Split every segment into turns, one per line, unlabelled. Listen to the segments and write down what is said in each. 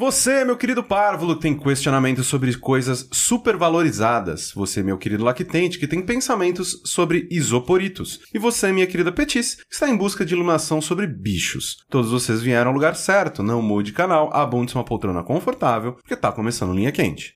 Você, meu querido párvulo, que tem questionamentos sobre coisas supervalorizadas. Você, meu querido lactente, que tem pensamentos sobre isoporitos. E você, minha querida Petis, que está em busca de iluminação sobre bichos. Todos vocês vieram ao lugar certo. Não mude canal, abunde uma poltrona confortável, porque tá começando linha quente.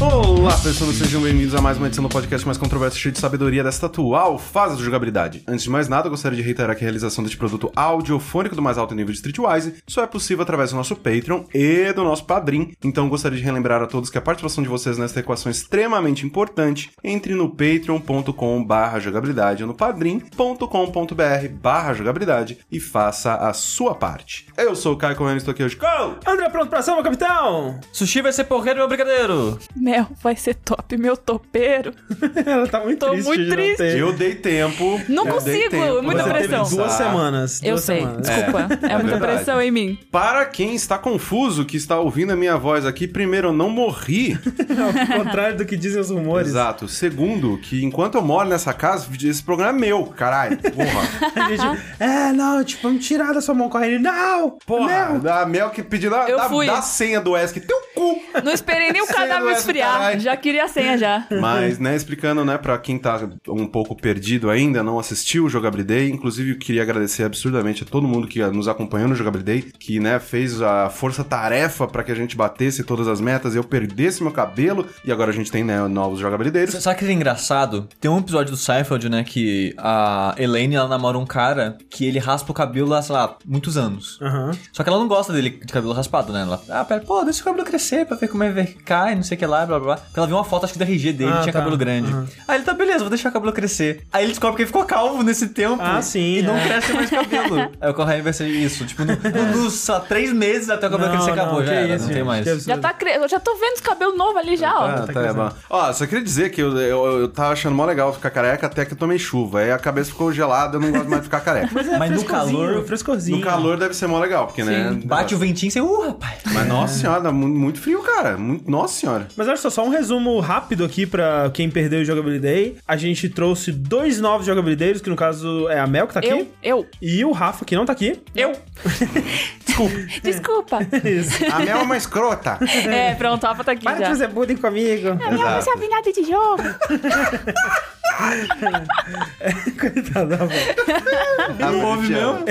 Olá, pessoas, sejam bem-vindos a mais uma edição do podcast mais controverso cheio de sabedoria desta atual fase de jogabilidade. Antes de mais nada, eu gostaria de reiterar que a realização deste produto audiofônico do mais alto nível de Streetwise só é possível através do nosso Patreon e do nosso Padrim. Então, gostaria de relembrar a todos que a participação de vocês nesta equação é extremamente importante. Entre no patreon.com barra jogabilidade ou no padrim.com.br barra jogabilidade e faça a sua parte. Eu sou o Caio Corrêa e estou aqui hoje com...
André, pronto pra ação, meu capitão! Sushi vai ser porreiro, meu brigadeiro!
Mel vai ser top, meu topeiro.
Ela tá muito
Tô muito
de não
triste.
ter.
Eu dei tempo.
Não
eu dei
consigo, muita
pra
É. Você teve
pressão.
pensar.
duas semanas.
Eu
duas
sei,
semanas.
desculpa. É,
é
muita
verdade.
pressão em mim.
Para quem está confuso, que está ouvindo a minha voz aqui, primeiro, eu não morri.
Ao contrário do que dizem os rumores.
Exato. Segundo, que enquanto eu moro nessa casa, esse programa é meu, caralho. Porra.
A gente, é, não, tipo, vamos tirar da sua mão correndo. Não!
Porra.
Não!
Da Mel Ah, que pediu da,
Eu
da,
fui.
da senha do ESC. Teu cu!
Não esperei nem o
Cedo
cadáver
é do
esfriar.
caralho.
Já queria a senha já.
Mas, né, explicando, né, pra quem tá um pouco perdido ainda, não assistiu o Jogabilidade, inclusive eu queria agradecer absurdamente a todo mundo que nos acompanhou no Jogabilidade, que, né, fez a força-tarefa pra que a gente batesse todas as metas, eu perdesse meu cabelo, e agora a gente tem, né, novos jogabilideiros.
Sabe que é engraçado? Tem um episódio do Seinfeld, né, que a Elaine, ela namora um cara que ele raspa o cabelo há, sei lá, muitos anos.
Aham.
Só que ela não gosta dele de cabelo raspado, né? Ela, ah, pera, pô, deixa o cabelo crescer pra ver como é que cai, não sei o que lá, blá, blá, blá. Porque ela viu uma foto, acho que da RG dele,
Ah,
tinha
tá.
cabelo grande.
Aham.
Aí ele, tá, beleza, vou deixar o cabelo crescer. Aí ele descobre que ele ficou calvo nesse tempo.
Ah, sim,
E não
é.
cresce mais cabelo. Aí o Correio vai ser isso, tipo, no, no, nos, sei lá, três meses até o cabelo
Não,
crescer, acabou,
não,
já
que
era,
isso,
não tem
gente,
mais.
que absurdo.
Já tá cre... Eu já tô vendo os cabelos novos ali já, ó.
Ah,
é tá
tá, é bom.
crescendo.
Ó, só queria dizer que eu, eu, eu tava achando mó legal ficar careca até que eu tomei chuva. Aí a cabeça ficou gelada, eu não gosto mais de ficar careca.
É
Mas no
frescorzinho,
calor,
frescorzinho.
No calor deve ser mó legal, porque, né?
bate o ventinho e você, uh, rapaz.
Mas, nossa senhora, dá mu- muito frio, cara. Muito- nossa senhora.
Mas olha só, só um resumo rápido aqui pra quem perdeu o Jogabilidade. A gente trouxe dois novos jogabilideiros, que no caso é a Mel que tá aqui.
Eu, eu,
E o Rafa, que não tá aqui.
eu. Desculpa.
Isso.
A Mel é uma escrota.
É, pronto, a Rafa tá aqui
Para de
já.
fazer bullying comigo.
Não,
Exato.
você é nada de jogo.
Coitada, da Rafa.
A Mel
ouve
te ama.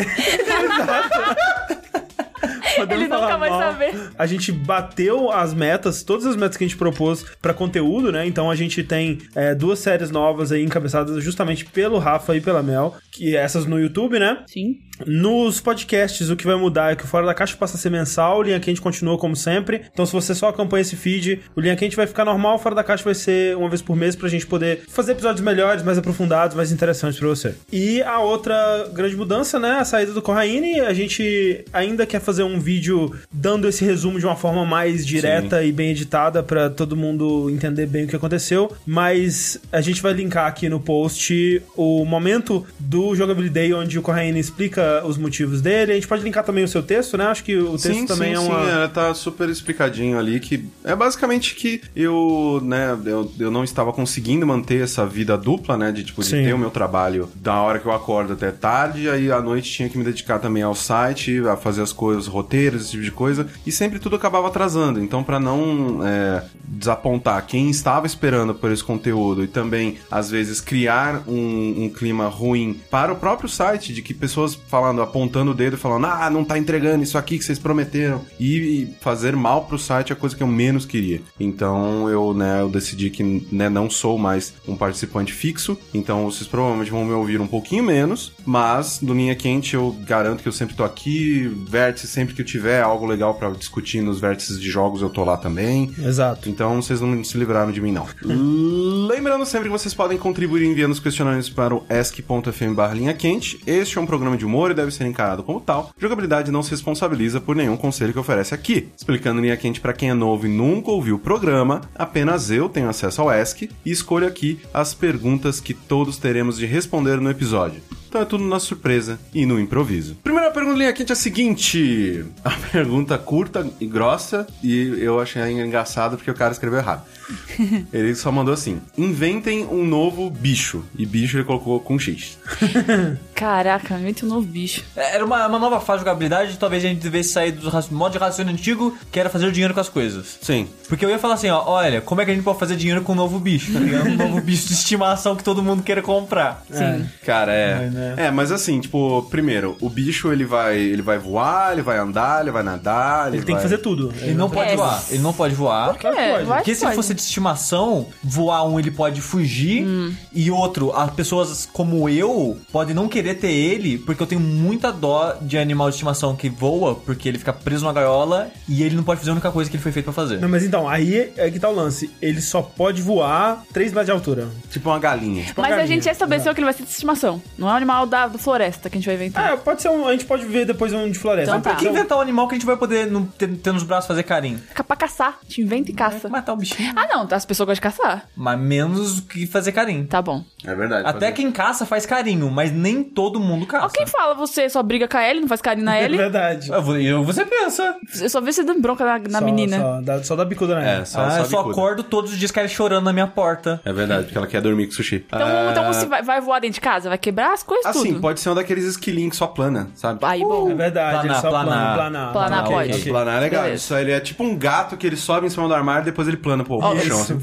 Podemos
Ele nunca
falar
vai
mal.
saber.
A gente bateu as metas, todas as metas que a gente propôs pra conteúdo, né? Então a gente tem é, duas séries novas aí encabeçadas justamente pelo Rafa e pela Mel, que essas no YouTube, né?
Sim.
Nos podcasts, o que vai mudar é que o Fora da Caixa passa a ser mensal, o Linha Quente continua como sempre. Então, se você só acompanha esse feed, o Linha Quente vai ficar normal, o Fora da Caixa vai ser uma vez por mês pra gente poder fazer episódios melhores, mais aprofundados, mais interessantes pra você. E a outra grande mudança, né? A saída do Corraine, a gente ainda quer fazer um vídeo dando esse resumo de uma forma mais direta e bem editada pra todo mundo entender bem o que aconteceu, mas a gente vai linkar aqui no post o momento do Jogabilidade onde o Corraine explica os motivos dele. A gente pode linkar também o seu texto, né? Acho que o texto
sim, sim,
também é uma
sim, ela tá super explicadinho ali que é basicamente que eu, né, eu, eu não estava conseguindo manter essa vida dupla, né, de tipo de
Sim.
ter o meu trabalho da hora que eu acordo até tarde, aí à noite tinha que me dedicar também ao site, a fazer as coisas, roteiros, esse tipo de coisa, e sempre tudo acabava atrasando. Então, pra não é, desapontar quem estava esperando por esse conteúdo e também às vezes criar um, um clima ruim para o próprio site, de que pessoas falando, apontando o dedo, falando, ah, não tá entregando isso aqui que vocês prometeram, e, e fazer mal pro site é a coisa que eu menos queria. Então eu, né, eu decidi que né, não sou mais um participante fixo, então vocês provavelmente vão me ouvir um pouquinho menos, mas do Linha Quente eu garanto que eu sempre tô aqui, vértice, sempre que eu tiver algo legal pra discutir nos vértices de jogos eu tô lá também.
Exato.
Então vocês não se livraram de mim, não. Lembrando sempre que vocês podem contribuir enviando os questionários para o ask.fm barra linha quente. Este é um programa de humor e deve ser encarado como tal. Jogabilidade não se responsabiliza por nenhum conselho que oferece aqui. Explicando linha quente para quem é novo e nunca ouviu o programa, apenas eu tenho acesso ao ask e escolho aqui as perguntas que todos teremos de responder no episódio. Então é tudo na surpresa e no improviso. Primeira pergunta linha quente é a seguinte: a pergunta curta e grossa, e eu achei engraçado porque o cara escreveu errado. Ele só mandou assim: inventem um novo bicho. E bicho ele colocou com X.
Caraca, muito novo bicho.
É, Era uma, uma nova fase de jogabilidade, talvez a gente devesse sair do raci- modo de raciocínio antigo, que era fazer dinheiro com as coisas.
Sim.
Porque eu ia falar assim, ó, olha, como é que a gente pode fazer dinheiro com um novo bicho, tá ligado? Um novo bicho de estimação que todo mundo queira comprar.
Sim.
Cara, é.
Mas, né?
É, mas assim, tipo, primeiro, o bicho ele vai, ele vai voar, ele vai andar, ele vai nadar, ele,
Ele tem que
vai-
fazer tudo.
Ele não pode
É.
voar. Ele não pode voar.
Claro que
É,
pode.
eu acho
Porque
que
se
pode.
fosse de estimação, voar um ele pode fugir e outro, as pessoas como eu podem não querer ter ele, porque eu tenho muita dó de animal de estimação que voa, porque ele fica preso na gaiola e ele não pode fazer a única coisa que ele foi feito pra fazer.
Não, mas então, aí é que tá o lance. Ele só pode voar 3 metros de altura.
Tipo uma galinha.
uma
Mas a
galinha.
gente já estabeleceu que ele vai ser de estimação. Não é um animal da da floresta que a gente vai inventar.
Ah, pode ser um. A gente pode ver depois um de floresta.
Então tá.
Por que inventar um animal que a gente vai poder não ter, ter nos braços fazer carinho?
Fica pra caçar. A gente inventa e caça.
Matar o bichinho.
Ah, não. As pessoas gostam de caçar.
Mas menos que fazer carinho.
Tá bom.
É verdade.
Até quem caça faz carinho, mas nem todo mundo caça.
Ó, quem fala você só briga com a Ellie, não faz carinho na
É
Ellie?
verdade.
Eu vou- eu- Você pensa.
Eu só vi você dando bronca na, na
Só-
menina.
Só dá, só dá bicuda na
É,
ela.
só,
ah,
só
eu só
bicuda.
acordo todos os dias com ela chorando na minha porta.
É verdade, porque ela quer dormir com sushi.
Então,
Ah,
então você vai, vai voar dentro de casa? Vai quebrar as coisas
Assim,
tudo?
pode ser um daqueles esquilinhos que só plana, sabe?
Aí,
É
bom.
verdade,
Planar,
ele só
planar.
plana, planar.
Planar
ok,
pode.
ok.
Planar é legal.
Beleza.
Isso, ele é tipo um gato que ele sobe em cima do armário e depois ele plana pro
Ó,
pro chão.
isso.
assim.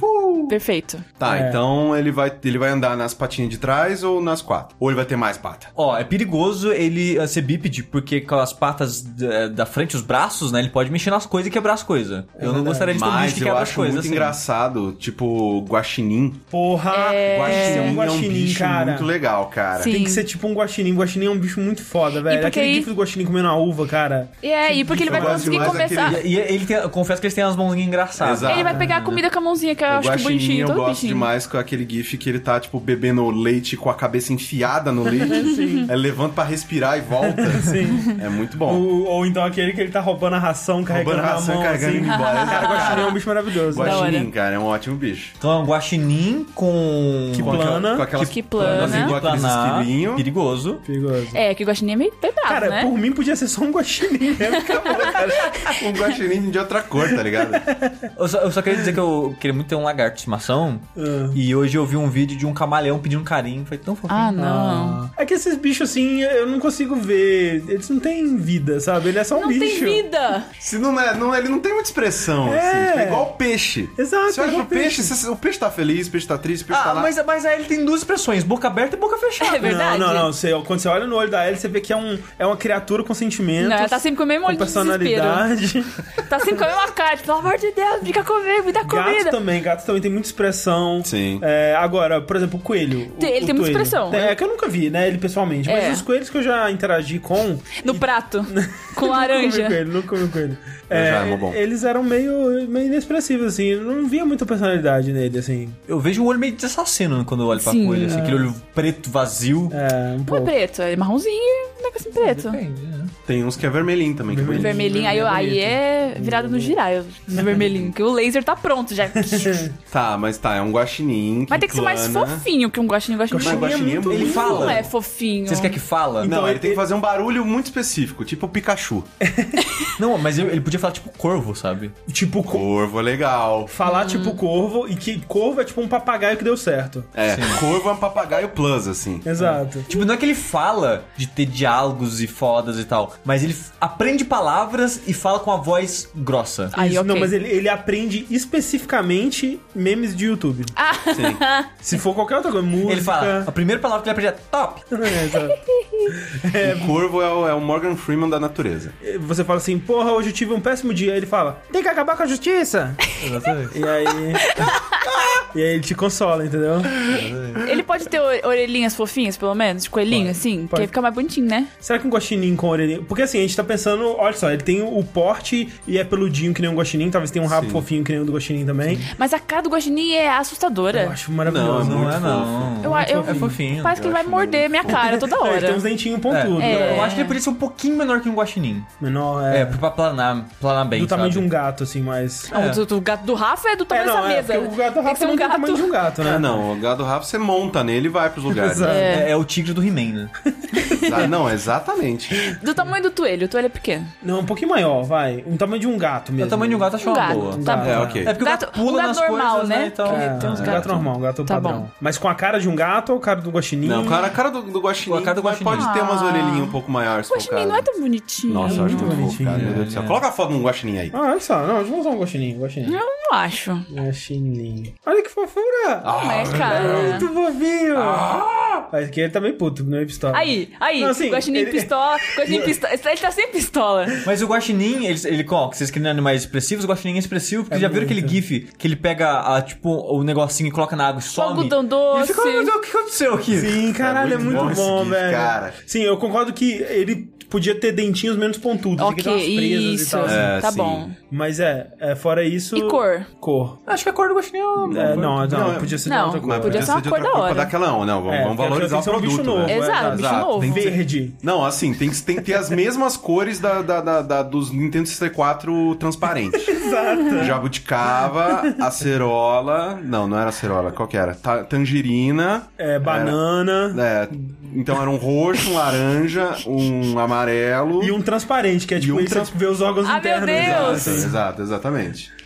Perfeito.
Tá,
É.
então ele vai, ele vai andar nas patinhas de trás ou nas quatro? Ou ele vai ter mais pata?
Ó, é perigoso ele eh, ser bípede, porque com as patas eh, da frente, os braços, né? Ele pode mexer nas coisas e quebrar as coisas. eu
verdade.
não gostaria de ter um bicho
É Mas
que
eu
quebra as
acho
coisas.
muito
assim.
engraçado, tipo guaxinim.
Porra! Guaxinim é um
Guaxinim é um
guaxinim,
bicho
cara.
muito legal, cara.
Sim.
Tem que ser tipo um guaxinim. Guaxinim é um bicho muito foda, velho.
porque
Aquele
aí-
gif do guaxinim comendo a uva, cara.
E é, e porque ele vai
Eu gosto
conseguir
demais
começar.
daquele-
E, e ele tem, eu confesso que eles têm umas mãozinhas engraçadas.
Exato.
Ele vai pegar a comida com a mãozinha, que eu
O
acho que
guaxinim
bonitinho,
eu
todo
gosto
bichinho.
demais com aquele gif que ele tá, tipo, bebendo leite com a cabeça enfiada no leite.
Sim.
é, levanta pra respirar e volta.
Sim.
É muito bom.
Ou, ou então aquele que ele tá roubando a ração, carregando
Roubando
na
ração,
mão,
carregando e
assim.
indo embora.
Cara, guaxinim é um bicho maravilhoso.
hora.
Guaxinim, cara, é um ótimo bicho.
Então é um guaxinim com.
Que
Com aquela-
plana.
com aquelas
Que
planas
plana.
igual aqueles
planar,
esquilinhos.
Perigoso.
Perigoso.
É, que o guaxinim é meio pedrado,
Cara,
né?
por mim podia ser só um guaxinim mesmo. acabou, cara.
Um guaxinim de outra cor, tá ligado?
Eu só, eu só queria dizer que eu queria muito ter um lagarto de estimação.
Ah.
E hoje eu vi um vídeo de um camaleão pedindo carinho. Foi tão fofinho.
Ah, não.
É que esses bichos, assim, eu não consigo ver. Eles não têm vida, sabe? Ele é só um
Não
bicho.
tem vida!
Se não é, não, ele não tem muita expressão,
É.
assim. Tipo, é igual o peixe.
Exato,
Você olha
igual
pro peixe, você- o peixe tá feliz, o peixe tá triste, o peixe tá
Ah,
lá.
mas, mas aí ele tem duas expressões, boca aberta e boca fechada.
É verdade.
Não, não, não. Você, quando você olha no olho da Ellie, você vê que é, um, é uma criatura com sentimentos.
Não, ela tá sempre com o mesmo
com
olho de desespero.
personalidade.
Tá sempre com a mesma cara, tipo, pelo amor de Deus, fica comigo, me dá
Gato
comida.
também, gato também tem muita expressão.
Sim.
É, agora, por exemplo, o coelho. o-
Tem- ele
o
tem muita
coelho.
expressão,
É,
né?
é que eu nunca vi, né, ele pessoalmente. Mas
É.
os coelhos que eu já interagi com.
No prato, com
Nunca comi
laranja.
coelho, nunca comi coelho.
já, é mó bom.
eles eram meio, meio inexpressivos, assim. Eu não via muita personalidade nele, assim.
Eu vejo um olho meio de assassino quando eu olho pra
Sim. é.
coelho, assim, aquele olho preto, vazio.
É, um
Não é
pouco.
preto, é marronzinho e um negocinho preto.
é
Depende, né?
Tem uns que é vermelhinho também. que é bonito.
Vermelhinho, aí, eu- aí é virado no giraia, no vermelhinho, que o laser tá pronto já.
Tá, mas tá, é um guaxinim.
Vai ter que ser mais
plana.
fofinho que um guaxinim, guaxinim.
Mas o guaxinim é
muito-
muito-
Ele fala.
Não é fofinho.
Vocês querem que fala?
Não,
Então,
ele,
ele-
tem que fazer um barulho muito específico, tipo o Pikachu.
Não, mas eu- ele podia falar tipo corvo, sabe?
Tipo, co-
Corvo é legal.
falar
Hum.
tipo corvo, e que corvo é tipo um papagaio que deu certo.
É, corvo é um papagaio plus, assim.
Exato.
Tipo, não é que ele fala de ter diálogos e fodas e tal, mas ele f- aprende palavras e fala com a voz grossa.
Aí,
Isso,
ok.
Não, mas ele, ele aprende especificamente memes de YouTube. Ah. Se for qualquer outra coisa, música.
Ele fala, a primeira palavra que ele aprende é top.
É, exato.
O corvo é o, é o Morgan Freeman da natureza.
Você fala assim, porra, hoje eu tive um péssimo dia. Aí ele fala, tem que acabar com a justiça.
Exatamente.
E aí. e aí ele te consola, entendeu?
Ele pode ter o- orelhinhas fofinhas, pelo menos, de coelhinho, assim,
pode.
porque fica mais bonitinho, né?
Será que um guaxinim com orelhinha. Porque assim, a gente tá pensando, olha só, ele tem o porte e é peludinho que nem um guaxinim, talvez tenha um rabo
Sim.
fofinho que nem o do guaxinim também.
Mas a cara do guaxinim é
Eu
assustadora.
acho maravilhoso.
Não,
Não
Muito
é, não.
Eu- eu-
É fofinho.
Parece que ele vai morder minha cara toda
É, ele tem
hora.
uns dentinhos
É.
pontudos.
Eu- Eu
né?
acho que ele podia ser um pouquinho menor que um guaxinim.
Menor,
É,
é.
pra planar, planar bem,
do tamanho de
sabe?
um gato, assim, mas.
Não, do- do gato do Rafa é do tamanho dessa mesa.
porque o gato
Tem que
Rafa
ser
não
um
tem o
gato.
É,
tamanho de um gato, né?
Ah, não, o gado Rafa você monta nele e vai pros lugares. né?
Exato.
É.
É, é o tigre do He-Man, né?
Exa- Não, exatamente.
Do tamanho do toelho, o toelho é pequeno.
Não, um pouquinho maior, vai. Um tamanho de um gato mesmo.
O tamanho de um gato acho
Um
uma
gato,
boa.
tá bom.
É,
Ah.
ok.
É porque
Gato-
o gato pula
um gato
nas
normal,
coisas, né?
né?
e tal.
Que
É,
tem uns
um
gatos.
gato normal, um gato
Tá
padrão.
bom.
Mas com a cara de um gato ou o cara do guaxinim?
Não, cara, a cara do, do guaxinim,
A cara do
mas
guaxinim.
pode ter umas
Ah.
orelhinhas um pouco maiores. se for
O guaxinim
caso.
não é tão bonitinho.
Nossa, eu acho
muito
muito fofo,
bonitinho, é.
cara. Meu Deus do céu. Coloca a foto num guaxinim aí.
Ah, olha só. Não, vamos usar um guaxinim, guaxinim.
Eu não acho.
Guaxinim. Olha que fofura!
Não é,
Ah,
cara.
Muito fofinho! Mas que ele tá meio puto, meio pistola.
Aí, aí,
Não, assim,
guaxinim
ele-
pistola, guaxinim pistola. Esse Ele tá sem pistola.
Mas o guaxinim, ele, ele ó, que vocês querem animais expressivos, o guaxinim é expressivo, porque
É
já viram
muito.
aquele gif que ele pega, a, tipo, o negocinho e coloca na água e some?
algodão
E
é
doce.
ele fica, "Ah, meu Deus, o que aconteceu aqui?
Sim, caralho, é
muito
muito,
bom esse
bom,
gif,
velho.
cara.
Sim, eu concordo que ele podia ter dentinhos menos pontudos,
Ok,
que tem umas presas e
isso.
tal. assim.
É,
tá
sim.
bom.
Mas é, é, fora isso.
E cor?
Cor.
Acho que a cor do guaxinim é uma
É,
cor.
não, não,
Não,
podia ser de
não.
outra cor.
Mas
Podia
podia
ser
ser
uma
de
cor
outra
da
cor
hora.
pra daquela, não. Não, vamos,
É,
vamos
porque
valorizar
tem
o
que ser um bicho
produto,
novo,
velho.
é,
Exato, bicho novo.
Tem que ser-
Verde.
Não, assim, tem que, tem que ter as mesmas cores da, da, da- da- dos Nintendo 64 transparentes. Exato. Jabuticaba, acerola. Não, não era acerola, qual que era? Ta- tangerina.
É, banana.
É, então era um roxo, um laranja, um amarelo.
E um transparente, que é tipo,
um
aí você
trans-
vê os órgãos
Ah, meu
internos.
Exato,
Deus!
exato, exatamente.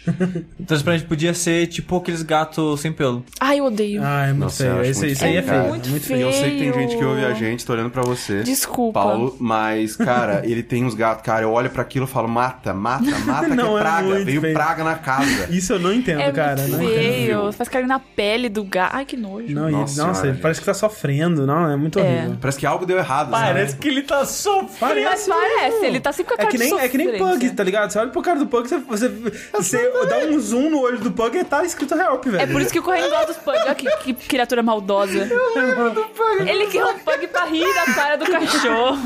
Transparente Então, podia ser, tipo, aqueles gatos sem pelo.
Ai, eu odeio.
Ai, muito
Nossa, eu
feio.
acho
Esse,
muito
esse aí é
feio, cara.
feio.
Muito
E eu sei que tem
Feio.
gente que ouve a gente, tô olhando pra você.
Desculpa.
Paulo, mas, cara, ele tem uns gatos, cara, eu olho pra aquilo e falo, mata, mata, mata,
Não,
que
é
praga,
muito
veio
feio.
praga na casa.
Isso eu não entendo,
É
cara.
muito
não
feio. Faz carinho na pele do gato. Ai, que nojo.
Não,
Nossa
e- nossa,
senhora,
ele
gente.
parece que tá sofrendo, não? É muito
É.
horrível.
Parece que algo deu errado, né? sabe?
que ele tá sofrendo.
Mas parece,
mesmo.
ele tá sempre com a
é
cara
que
de
nem, É que nem
sofrência.
Pug, tá ligado? Você olha pro cara do Pug, você, você, você dá um zoom no olho do Pug e tá escrito help, velho.
É por isso que o Correio gosta dos pugs. Olha que, que criatura maldosa. Ele criou um pug pra rir da cara do cachorro.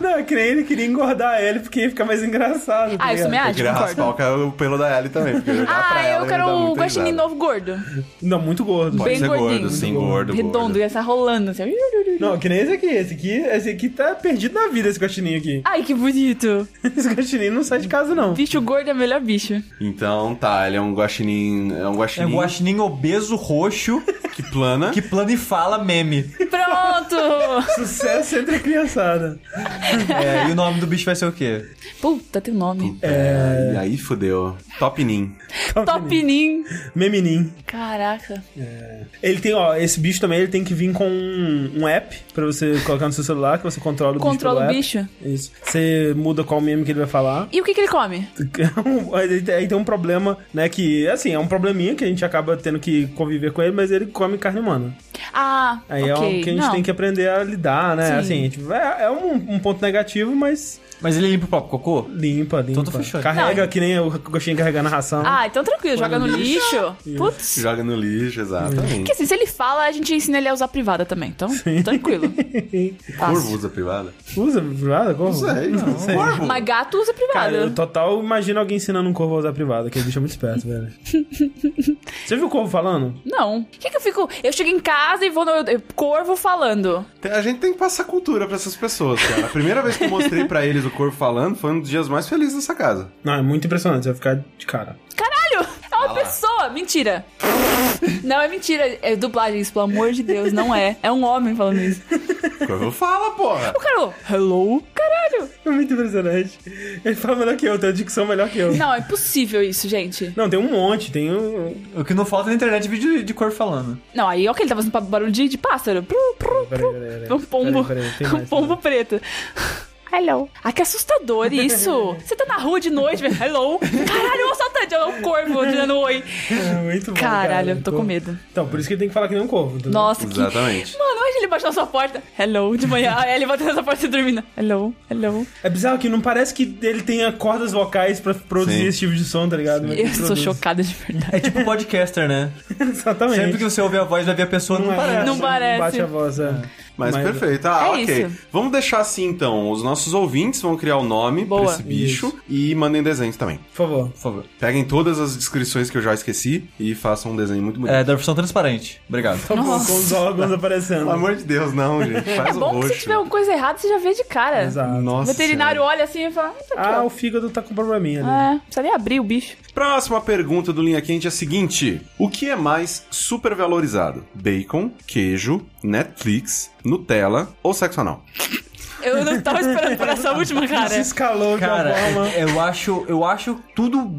Não, é que nem ele queria engordar ele porque ia ficar mais engraçado. tá
Ah, isso
ligado?
me
Eu
acha,
queria raspar
concordo.
o, cara- o pelo da Ellie também, porque eu ia olhar pra
Ah,
ela
eu
e ia
quero
dar
o
muita
guaxinim
risada.
novo gordo.
Não, muito gordo.
Pode
Bem
ser gordo,
gordinho.
sim, gordo,
Redondo,
gordo.
ia estar rolando assim.
Não, que nem esse aqui. Esse aqui, esse aqui tá perdido na vida, esse guaxininho aqui.
Ai, que bonito.
Esse guaxininho não sai de casa, não.
Bicho gordo é o melhor bicho.
Então, tá, ele é um guaxinim... É um
É
guaxinim
um guaxinim obeso roxo
que plana.
que plana e fala meme.
Pronto!
Sucesso entre a criançada.
É, e o nome do bicho vai ser o quê?
Puta, tem um nome.
É... E aí, fudeu. Top Nin.
Topinim.
Meminim.
Caraca.
Ele tem, ó, esse bicho também, ele tem que vir com um, um app pra você colocar no seu celular, que você controla o
Controla o
bicho. pelo
bicho.
app. Isso. Você muda qual meme que ele vai falar.
E o que, que ele come?
Aí tem- aí tem um problema, né? Que, assim, é um probleminha que a gente acaba tendo que conviver com ele, mas ele come carne humana.
Ah,
Aí
ok.
é algo que a gente
Não.
tem que aprender a lidar, né?
Sim.
Assim, tipo, é, é um, um ponto negativo, mas
Mas ele limpa o próprio cocô?
limpa, limpa.
tô fechado.
Carrega
Não.
que nem o gostinho carregando a ração.
Ah, então tranquilo, joga no lixo. Putz.
Joga no lixo,
Porque
exatamente.
assim, se ele fala, a gente ensina ele a usar privada também. Então, tranquilo.
Corvo
Fácil.
usa privada?
Usa, nada, como?
não
sei.
Corvo.
Mas gato usa privada.
Cara, eu total imagino alguém ensinando um corvo a usar privada, que ele bicho é muito esperto, velho. Você viu o corvo falando?
Não. O que, que eu fico. Eu chego em casa e vou no. eu- corvo falando.
Tem- A gente tem que passar cultura pra essas pessoas, cara. A primeira vez que eu mostrei pra eles o corvo falando foi um dos dias mais felizes dessa casa.
Não, é muito impressionante, você vai ficar de cara.
Caralho! É uma pessoa! Mentira! Não, é mentira. É dublagem isso, pelo amor de Deus, não é. É um homem falando isso.
O corvo fala, porra!
O cara, hello? Caralho!
É muito impressionante. Ele fala melhor que eu, tem a dicção melhor que eu.
Não, é impossível isso, gente.
Não, tem um monte, tem um.
O que não falta na internet é vídeo de- de cor falando.
Não, aí, ok, ele tá fazendo pa- barulho de, de pássaro. Pru, pru,
Peraí, peraí, peraí.
É um pombo.
Peraí, peraí, tem
É um
mais, né?
pombo preto. Hello. Ah, que assustador isso. Você tá na rua de noite, velho. Hello. Caralho, o assaltante. É um corvo dando oi.
É muito bom.
Caralho,
cara.
eu tô com medo.
Então, por isso que ele tem que falar que nem um corvo. entendeu?
Nossa, que...
Exatamente.
Mano, imagina ele baixar na sua porta. Hello, de manhã. Aí ele batendo na sua porta e dormindo. Hello, hello.
É bizarro que não parece que ele tenha cordas vocais pra produzir
Sim.
esse tipo de som, tá ligado? Mas
Eu
ele
sou
produz.
chocada de verdade.
É tipo podcaster, né?
Tipo Exatamente.
Sempre que você ouve a voz, vai ver a pessoa,
é.
não, parece.
Não parece.
Bate a voz, é.
Mas, perfeito. Ah,
É
ok.
isso.
Vamos deixar assim então. Os nossos ouvintes vão criar o nome
Boa.
pra esse bicho
Isso.
e mandem desenhos também.
Por favor.
Por favor.
Peguem todas as descrições que eu já esqueci e façam um desenho muito bonito.
É, da versão É, transparente. Obrigado.
Tá bom, com os órgãos aparecendo.
Pelo amor de de Deus, não, gente.
É
Faz o
bom que se
roxo.
tiver alguma coisa errada, você já vê de cara.
Exato.
Nossa.
O veterinário
Senhora.
olha assim e fala, "Ah, isso aqui,
Ah,
ó."
o fígado tá com probleminha ali.
É, não precisa nem abrir o bicho.
Próxima pergunta do Linha Quente é a seguinte: O que é mais supervalorizado? Bacon, queijo, Netflix, Nutella ou sexo anal?
Eu não tava esperando por essa última, cara.
Se escalou
Cara,
de uma forma.
eu acho, eu acho tudo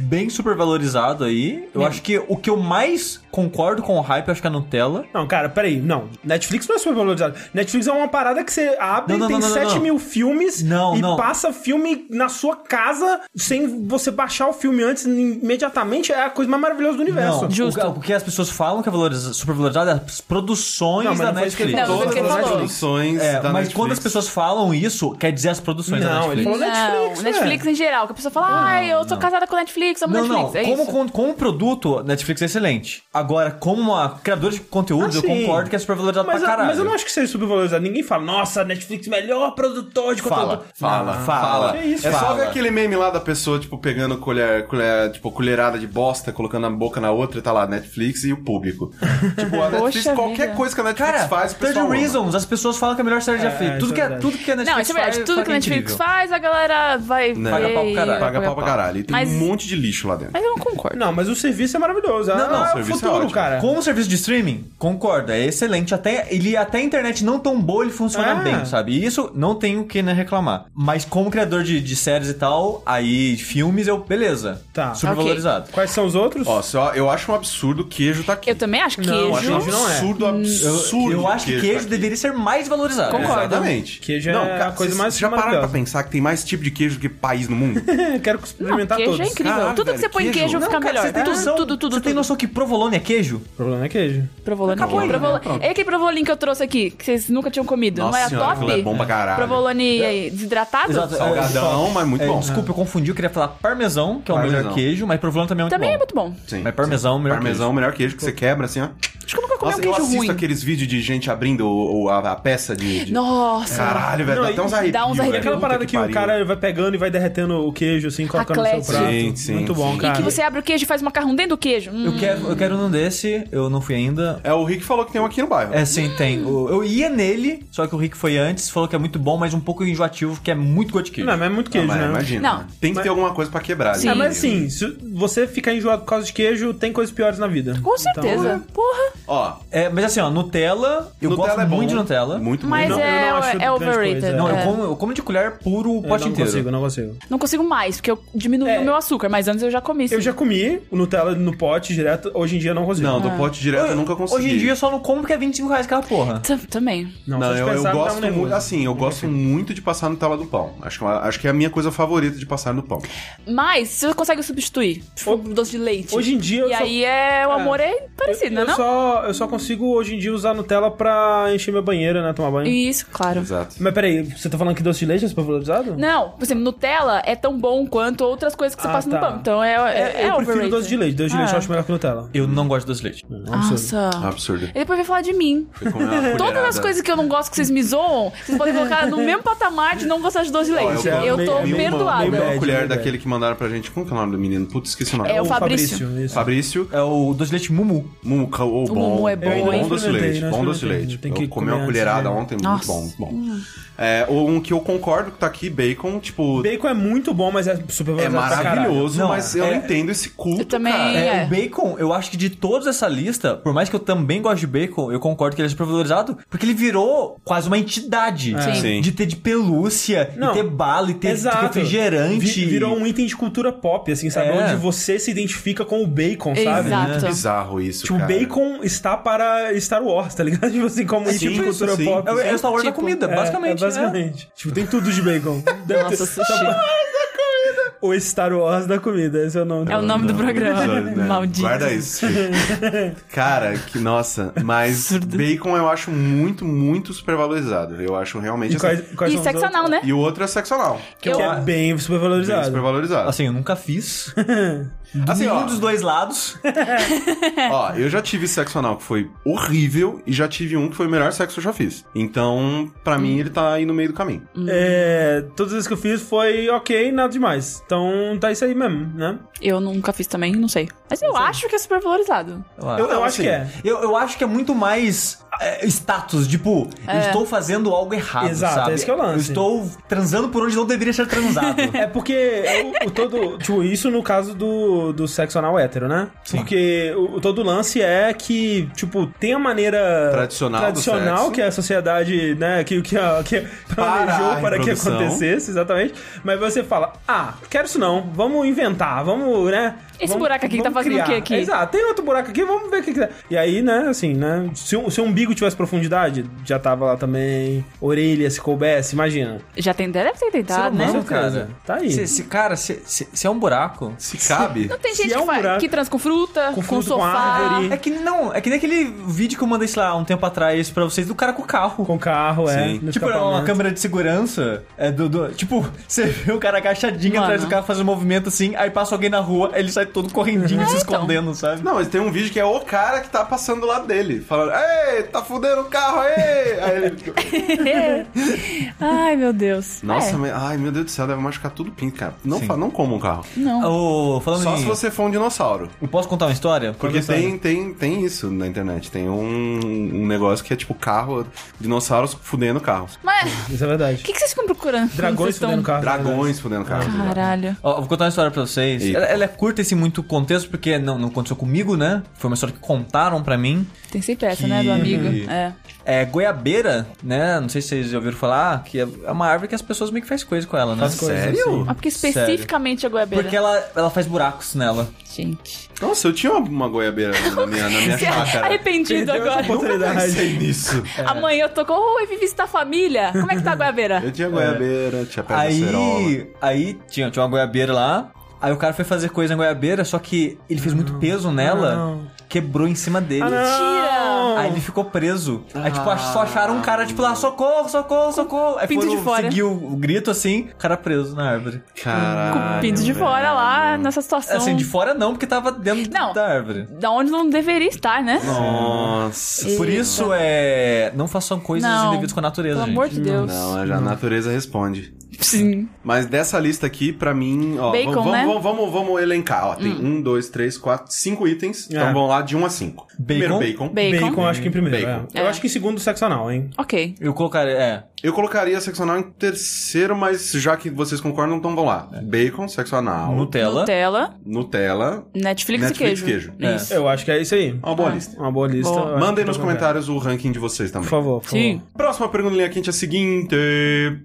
bem supervalorizado aí. Eu acho que o que eu mais concordo com o hype, eu acho que é a Nutella.
Não, cara, peraí. Não. Netflix não é super valorizado. Netflix é uma parada que você abre,
Não, não,
tem
não, não,
7
não.
mil filmes
Não,
e
não.
passa filme na sua casa sem você baixar o filme antes imediatamente. É a coisa mais maravilhosa do universo.
Não,
Justo.
O, o que as pessoas falam que é valoriza- supervalorizado é as produções
Não, mas
da
não foi isso que ele
Netflix.
falou. Não, mas
Todas
é que ele
as
falou.
produções
É,
da
mas
Netflix.
quando as pessoas falam isso, quer dizer as produções da
Não,
Netflix.
é
ele falou Netflix.
não,
né?
Netflix em geral, que a pessoa fala, ah, eu sou casada com Netflix, amo
Não,
Netflix.
não.
É
como,
isso.
con- como produto, Netflix é excelente. Agora, como uma criadora de conteúdos,
Ah,
eu
sim.
concordo que é supervalorizado
Mas,
pra
eu-
caralho.
mas eu não acho que seja supervalorizado. Ninguém fala, nossa, Netflix, é melhor produtor de é conteúdo.
Fala,
Fala,
Não,
fala.
fala.
Que isso,
é só
fala.
ver aquele meme lá da pessoa, tipo, pegando colher, colher, tipo, colherada de bosta, colocando a boca na outra e tá lá, Netflix e o público. tipo, a Netflix,
Poxa
qualquer
vida.
coisa que a Netflix
Cara,
faz, o pessoal
30
ama.
Reasons, as pessoas falam que é a melhor série já
É,
feita.
isso
Tudo,
é
que é,
verdade.
tudo que a Netflix
Não, isso é verdade.
faz,
Tudo que a
fala é
Netflix
incrível.
faz, a galera vai
Não.
ver.
Paga
pau pro
e-
caralho.
Né. Paga pau pra caralho. E tem
Mas-
um monte de lixo lá dentro.
Mas eu não concordo.
Não, mas o serviço é maravilhoso. Não,
não,
não,
o
é o
serviço é
futuro,
ótimo.
cara.
Como um serviço de streaming, concordo, é excelente. Até, ele, até a internet não tão boa, ele funciona
É.
bem, sabe? E isso não tenho o que né, reclamar. Mas como criador de, de séries e tal, aí de filmes, eu. Beleza.
Tá.
Supervalorizado.
Quais são os outros?
Ó, só, eu acho um absurdo queijo tá aqui.
Eu também acho queijo.
Não,
Eu acho um
Queijo não é.
absurdo, absurdo.
Eu acho que
tá
queijo
aqui.
deveria ser mais valorizado.
Concordo.
Exatamente.
Queijo é a coisa
cês-
mais
cês já pararam pra
maravilhosa.
pensar que tem mais tipo de queijo do que país no mundo?
Eu quero experimentar
queijo
todos.
é incrível.
Caralho,
tudo que
velho,
você põe em
queijo.
queijo
Não,
fica melhor.
Você tem
tudo,
noção,
tudo, tudo,
você tem
tudo.
noção que provolone é queijo?
O problema é queijo.
Provolone.
Acabou aí,
Provolo-
né? Pronto.
É aquele provolone que eu trouxe aqui, que vocês nunca tinham comido.
Nossa
não é a
senhora,
top?
aquilo é bom pra caralho.
Provolone aí, desidratado?
Salgadão, mas muito
É,
bom.
Desculpa, eu confundi, eu queria falar parmesão, que é o
Parmesão.
melhor queijo, mas provolone também é muito
Também
bom.
é muito bom.
Sim.
Mas parmesão é o melhor
Parmesão é o melhor queijo que você quebra, assim, ó.
Acho que eu
é
nunca comi
Nossa,
um
eu
queijo
assisto
ruim.
aqueles vídeos de gente abrindo o, o- a, a peça de... de-
Nossa.
Caralho, velho, dá
Não,
até uns
e-
arrepios.
dá uns
velho.
arrepios.
É aquela
Puta
parada que, o
pariu.
cara vai pegando e vai derretendo o queijo, assim, colocando no
Raclette.
seu prato.
Sim, sim,
Muito bom,
sim.
cara.
Que você abre o queijo e faz macarrão dentro do queijo. Hum.
Eu quero, eu quero um desse, eu não fui ainda.
É, o Rick falou que tem um aqui no bairro.
É, sim, tem. O- Eu ia nele, só que o Rick foi antes, falou que é muito bom, mas um pouco enjoativo, que é muito gosto de queijo.
Não, mas é muito
Ah,
queijo,
mas
né?
Imagina.
Não.
Tem que ter alguma coisa pra quebrar.
Sim.
É,
né?
mas assim, se você ficar enjoado por causa de queijo, tem coisas piores na vida.
Com certeza.
Então, né?
Porra.
Ó,
É, mas assim, ó, Nutella, eu
Nutella
gosto
é bom.
muito de Nutella.
Muito,
Mas
muito.
não- eu
é,
não acho
é
grande
overrated.
coisa,
Não,
é.
eu, como, eu como de colher puro o
É,
pote
não
inteiro.
consigo, não consigo.
Não consigo mais, porque eu diminui
É.
o meu açúcar, mas antes eu já comi.
Eu
sim.
já comi o Nutella no pote direto, hoje em dia não consigo.
Não, do pote direto eu nunca consegui.
Ah. Hoje em dia eu só não como porque é 25 reais aquela porra.
Tam- Também.
não, só
Não,
de
eu, eu
pensar me dá um
gosto
nervoso.
muito. Assim, eu gosto muito de passar Nutella do pão. Acho que, acho que é a minha coisa favorita de passar no pão.
Mas você consegue substituir. Tipo, doce de leite.
Hoje em dia eu
E
só...
aí é o amor é, parecido, né?
eu
Não?
só, eu só consigo hoje em dia usar Nutella pra encher minha banheira, né? Tomar banho.
Isso, claro.
Exato.
Mas peraí, você tá falando que doce de leite é supervalorizado?
Não, por exemplo, Nutella é tão bom quanto outras coisas que você
Ah,
passa
tá.
no pão. Então é, é, é
eu prefiro
overrated.
doce de leite. Doce de leite
Ah.
eu acho melhor que Nutella. É um
Eu não gosto de doce de leite.
Nossa.
Absurdo.
E depois vai falar de mim.
Fui comer uma
Todas as
colherada.
coisas que eu não gosto que vocês me zoam, vocês podem colocar no mesmo patamar de não gostar de doce de
Ó,
leite.
eu
Eu,
comi-
tô
comi uma-
perdoada.
Comi uma
Médio,
colher
médio.
daquele que mandaram pra gente. Como que é o nome do menino? Putz, esqueci o nome.
É
Ou
o Fabrício.
isso.
Fabrício.
É o doce de leite mumu.
Muca, ou
O
bom.
Mumu é
Eu
bom,
ainda
hein?
Bom doce de leite.
Experimentei,
Bom doce
não
de
experimentei.
leite.
Tem que
Eu comi
comer
uma colherada
antes, né?
ontem, muito
Nossa.
bom, muito bom. É, ou um que eu concordo que tá aqui, bacon, tipo,
Bacon é muito bom, mas é
é
supervalorizado pra caralho.
maravilhoso,
Não,
mas eu
é-
não entendo esse culto,
Eu também.
cara.
É,
É.
o bacon, eu acho que de toda essa lista, por mais que eu também goste de bacon, eu concordo que ele é supervalorizado, porque ele virou quase uma entidade.
Sim.
Sim.
De ter de pelúcia,
É. Não.
e ter bala, e ter
Exato.
refrigerante.
Vi- virou um item de cultura pop, assim, sabe?
É.
Onde você se identifica com o bacon, né? sabe?
Exato.
Bizarro isso,
Tipo, o
cara.
bacon está para Star Wars, tá ligado? Tipo assim, como item de
Sim,
cultura
sim.
pop.
É o é o Star Wars da
Tipo,
comida,
É,
basicamente.
é,
né?
basicamente. Tipo, tem tudo de bacon. Deve ter-
Nossa, sushi.
O Star Wars da comida, esse é o nome.
É o nome do programa.
Episódio, né?
Maldito.
Guarda isso. filho. Cara, que nossa, mas bacon eu acho muito, muito supervalorizado. Eu acho realmente
E
assim.
quais, quais
E
são os
sexo
outros?
anal, né?
E o outro é sexo anal.
Que é bem
Bem
supervalorizado.
supervalorizado.
Assim, eu nunca fiz.
Assim,
Nenhum
ó,
dos dois lados.
ó, eu já tive sexo anal que foi horrível e já tive um que foi o melhor sexo que eu já fiz. Então, pra mim, ele tá aí no meio do caminho.
É, todas as vezes que eu fiz foi ok, nada demais. Então tá isso aí mesmo, né?
Eu nunca fiz também, não sei. Mas eu acho que é super valorizado.
Ah. Eu,
eu
não,
acho
assim,
que é.
eu acho que é muito mais é, status, tipo, eu estou fazendo algo errado,
Exato,
sabe?
é esse que é o lance.
estou transando por onde não deveria ser transado.
É porque o, o todo. Tipo, isso no caso do, do sexo anal hétero, né? Porque o, o todo lance é que, tipo, tem a maneira
Tradicional do
tradicional
sexo.
que a sociedade, né, que, que, a- que planejou
a
para, que
reprodução.
acontecesse, exatamente. Mas você fala, ah, quero isso não, vamos inventar, vamos, né?
Esse
vamos-
buraco aqui que tá
vamos
fazendo o
criar.
quê aqui?
Exato, tem outro buraco aqui, vamos ver o que que dá. E aí, né, assim, né? Se, o- se o umbigo tivesse profundidade, já tava lá também. Orelha, se coubesse, imagina.
Já tem, deve ter tentado, né?
humano.
Não,
Com certeza. Tá aí.
Se, se- cara, se, se- se é um buraco.
Se cabe.
Não tem
Se
gente
é um
que, faz-
buraco-
que transa com fruta,
Com
com,
fruta, com
sofá.
árvore.
É que não, é que nem aquele vídeo que eu mandei, sei lá, um tempo atrás pra vocês do cara com o carro.
Com carro, é.
Sim.
no
Tipo, era uma
escapamento.
câmera de segurança. É do, do- tipo, você vê o cara agachadinho
Mano.
atrás do carro fazendo um movimento assim, aí passa alguém na rua, ele sai todo correndinho,
então.
se escondendo, sabe?
Não, mas tem um vídeo que é o cara que tá passando do lado dele, falando, ei, tá fudendo o carro, ei! Aí ele...
É. Ai, meu Deus.
Nossa,
É.
mas- ai meu Deus do céu, deve machucar tudo o pinto, cara. Não, fa- não coma um carro.
É, Não.
Ô, falando
Só
em-
se você for um dinossauro.
Eu posso contar uma história?
Porque
Dinossauro.
tem, tem, tem isso na internet. Tem um, um negócio que é tipo carro, dinossauros fudendo carros.
Mas
Isso é verdade.
o que, que vocês ficam procurando?
Dragões
Vocês estão-
fudendo carro.
Dragões fudendo carros.
né?
Caralho.
Ó, vou contar uma história pra vocês.
Eita.
Ela, ela é curta e sem muito contexto, porque não, não aconteceu comigo, né? Foi uma história que contaram pra mim.
Tem sempre essa,
Que-
né? Do amigo. É.
É goiabeira, né? Não sei se vocês já ouviram falar, que é é uma árvore que as pessoas meio que fazem coisa com ela, né?
Faz coisa,
Sério?
assim.
Mas Ah, porque especificamente a goiabeira.
Porque ela, ela faz buracos nela.
Gente.
Nossa, eu tinha uma, uma goiabeira na minha, na minha
Você é
chácara.
arrependido
Perdeu essa
agora.
oportunidade.
Pensei nisso.
Amanhã eu tô com. Oi, vim visitar a família. Como é que tá a goiabeira?
Eu tinha goiabeira, tinha pedra acerola.
Aí, aí tinha, tinha uma goiabeira lá. Aí o cara foi fazer coisa na goiabeira, só que ele fez muito peso nela,
não. Ah,
quebrou em cima dele.
Mentira!
Aí ele ficou preso. Aí, tipo, ach- só acharam um cara, tipo, lá, socorro, socorro, socorro. Aí
pinto
foram
de fora.
seguir o, o grito, assim, o cara preso na árvore.
Caralho.
Com o pinto de
velho.
fora lá, nessa situação.
Assim, de fora não, porque tava dentro
Não.
da árvore.
Da onde não deveria estar, né?
Nossa.
Por
Eita.
isso, é... Não façam coisas
Não.
indevidas com a natureza,
Pelo
gente.
amor de Deus.
Não, é já a natureza responde.
Sim.
Mas dessa lista aqui, pra mim, ó,
Bacon,
vamos,
né? Hum.
vamos, vamos, vamos elencar. Ó, tem um, dois, três, quatro, cinco itens.
É.
Então vamos lá de um a cinco. Primeiro bacon.
Bacon.
Bacon, acho que em primeiro.
Bacon.
é. Eu
É.
acho que em segundo, sexo anal, hein?
Ok.
Eu colocaria, é...
Eu colocaria sexo anal em terceiro, mas já que vocês concordam, então vamos lá.
É.
Bacon, sexo anal,
Nutella.
Nutella,
Nutella.
Netflix,
Netflix
e
queijo.
queijo.
É.
Isso.
Eu acho que é isso aí.
Uma boa lista.
Uma boa lista.
Boa.
eu acho
Mandem
que
nos
tá
comentários o ranking de vocês
bom.
também.
Por favor, por
Sim.
favor.
Próxima pergunta linha quente é a seguinte.